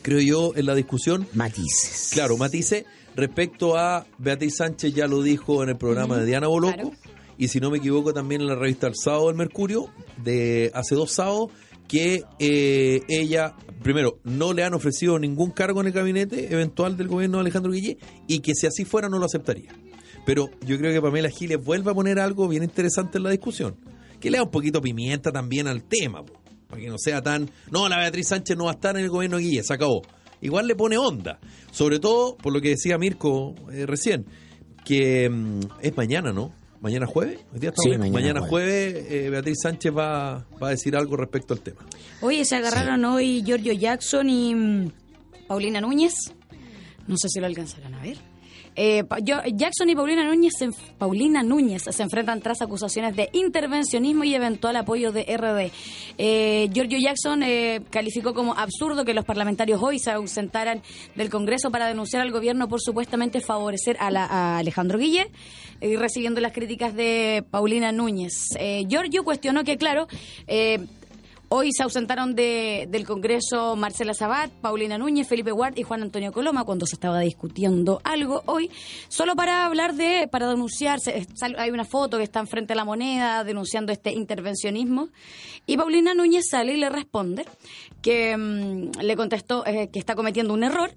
[SPEAKER 1] creo yo, en la discusión
[SPEAKER 3] Matices.
[SPEAKER 1] Claro, matice respecto a Beatriz Sánchez ya lo dijo en el programa de Diana Boloco
[SPEAKER 2] claro.
[SPEAKER 1] y si no me equivoco también en la revista El Sábado del Mercurio de hace dos sábados que eh, ella primero no le han ofrecido ningún cargo en el gabinete eventual del gobierno de Alejandro Guille y que si así fuera no lo aceptaría. Pero yo creo que Pamela Giles vuelve a poner algo bien interesante en la discusión, que le da un poquito pimienta también al tema, po, para que no sea tan, no, la Beatriz Sánchez no va a estar en el gobierno de Guille, se acabó. Igual le pone onda, sobre todo por lo que decía Mirko eh, recién, que mm, es mañana, ¿no? ¿Mañana jueves? Hoy día estamos
[SPEAKER 3] Sí,
[SPEAKER 1] bien.
[SPEAKER 3] mañana
[SPEAKER 1] mañana, jueves, eh, Beatriz Sánchez va, va a decir algo respecto al tema.
[SPEAKER 2] Oye, se agarraron hoy Giorgio Jackson y mm, Paulina Núñez. No sé si lo alcanzarán a ver. Eh, Pa- yo- Jackson y Paulina Núñez, se enf- Paulina Núñez se enfrentan tras acusaciones de intervencionismo y eventual apoyo de RD. Eh, Giorgio Jackson eh, calificó como absurdo que los parlamentarios hoy se ausentaran del Congreso para denunciar al gobierno por supuestamente favorecer a, la- a Alejandro Guille y recibiendo las críticas de Paulina Núñez. Eh, Giorgio cuestionó que, claro, eh, Hoy se ausentaron de- del Congreso Marcela Sabat, Paulina Núñez, Felipe Ward y Juan Antonio Coloma cuando se estaba discutiendo algo hoy, solo para hablar de, para denunciarse. Es- sal- Hay una foto que está enfrente a la moneda denunciando este intervencionismo. Y Paulina Núñez sale y le responde que mm, le contestó eh, que está cometiendo un error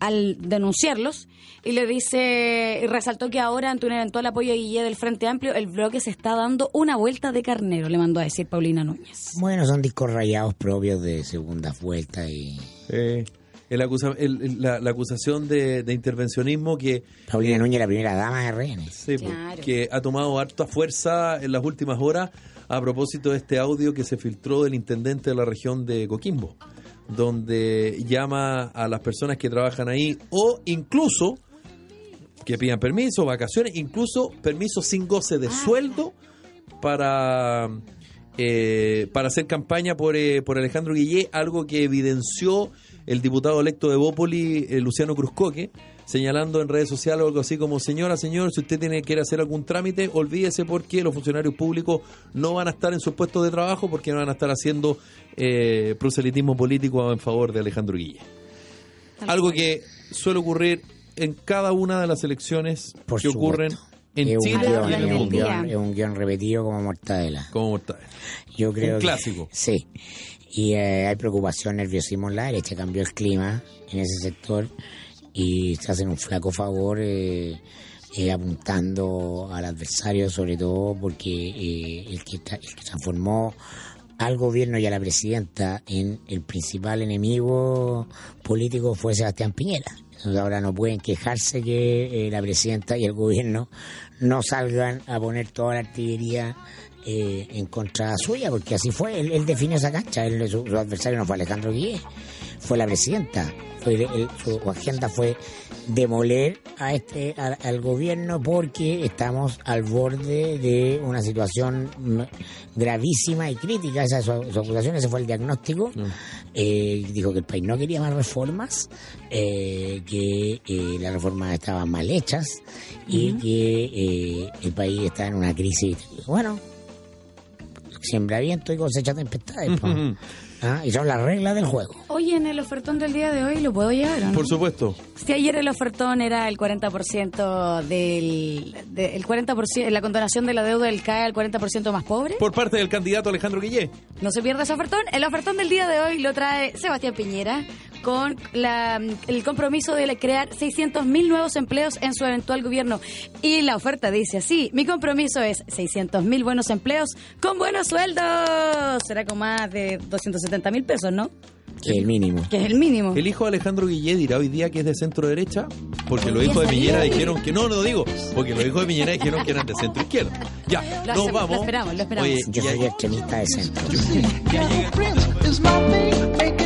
[SPEAKER 2] al denunciarlos y le dice, y resaltó que ahora ante un eventual apoyo de Guille del Frente Amplio, el bloque se está dando una vuelta de carnero, le mandó a decir Paulina Núñez.
[SPEAKER 3] Bueno, son discos rayados propios de segunda vuelta y
[SPEAKER 1] Eh, El acusa- el- el- la, la acusación de, de intervencionismo que,
[SPEAKER 3] Paulina Núñez, la primera dama de RN.
[SPEAKER 1] sí, pues,
[SPEAKER 2] Claro.
[SPEAKER 1] que ha tomado harta fuerza en las últimas horas a propósito de este audio que se filtró del intendente de la región de Coquimbo, donde llama a las personas que trabajan ahí o incluso que pidan permiso, vacaciones, incluso permiso sin goce de sueldo para, eh, para hacer campaña por, eh, por Alejandro Guillé, algo que evidenció el diputado electo de Bópoli, eh, Luciano Cruzcoque, señalando en redes sociales o algo así como, señora, señor, si usted tiene que ir a hacer algún trámite, olvídese porque los funcionarios públicos no van a estar en sus puestos de trabajo porque no van a estar haciendo eh, proselitismo político en favor de Alejandro Guillé.
[SPEAKER 2] Tal
[SPEAKER 1] Algo
[SPEAKER 2] cual.
[SPEAKER 1] que suele ocurrir en cada una de las elecciones
[SPEAKER 3] Por
[SPEAKER 1] que ocurren
[SPEAKER 3] supuesto.
[SPEAKER 1] en
[SPEAKER 3] es, un
[SPEAKER 1] Chile
[SPEAKER 2] guión,
[SPEAKER 1] y en el
[SPEAKER 3] es, un
[SPEAKER 1] mundo.
[SPEAKER 3] guión, es un guión repetido como mortadela.
[SPEAKER 1] ¿Cómo está?
[SPEAKER 3] Yo creo que-
[SPEAKER 1] clásico.
[SPEAKER 3] sí. Y eh, hay preocupación, nerviosismo en la derecha. Cambió el clima en ese sector y se hacen un flaco favor eh, eh, apuntando al adversario, sobre todo porque eh, el, que, tra- el que transformó al gobierno y a la presidenta en el principal enemigo político fue Sebastián Piñera. Entonces ahora no pueden quejarse que eh, la presidenta y el gobierno no salgan a poner toda la artillería eh, en contra suya, porque así fue. Él, él definió esa cancha. Él- su, su adversario no fue Alejandro Guillén, fue la presidenta. Fue el- el- su agenda fue demoler a este a- al gobierno porque estamos al borde de una situación mm, gravísima y crítica. Esa es su, su acusación, ese fue el diagnóstico. Eh, dijo que el país no quería más reformas, eh, que eh, las reformas estaban mal hechas y que eh, el país está en una crisis. Bueno, siembra viento y cosecha tempestades. po. Ah, Y son las reglas del juego.
[SPEAKER 2] Oye, en el ofertón del día de hoy lo puedo llevar, o ¿no?
[SPEAKER 1] Por supuesto.
[SPEAKER 2] Si ayer el ofertón era el 40% del... de- el 40%, la condonación de la deuda del CAE al 40% más pobre,
[SPEAKER 1] Por parte del candidato Alejandro Guillé.
[SPEAKER 2] no se pierda ese ofertón. El ofertón del día de hoy lo trae Sebastián Piñera con la- el compromiso de crear 600.000 nuevos empleos en su eventual gobierno. Y la oferta dice así, mi compromiso es 600.000 buenos empleos con buenos sueldos. Será con más de 270.000 pesos, ¿no?
[SPEAKER 3] Que es el mínimo.
[SPEAKER 2] Que es el mínimo.
[SPEAKER 1] El hijo de Alejandro Guillé dirá hoy día que es de centro derecha, porque los hijos de Piñera dijeron que no, no digo, porque los hijos de Piñera dijeron que eran de centro izquierda. Ya,
[SPEAKER 2] Lo
[SPEAKER 1] nos
[SPEAKER 2] hacemos, lo
[SPEAKER 1] vamos.
[SPEAKER 2] esperamos, lo esperamos.
[SPEAKER 1] Oye,
[SPEAKER 3] Yo
[SPEAKER 1] y
[SPEAKER 3] soy
[SPEAKER 1] ahí-
[SPEAKER 3] extremista de centro.
[SPEAKER 4] Is my big, big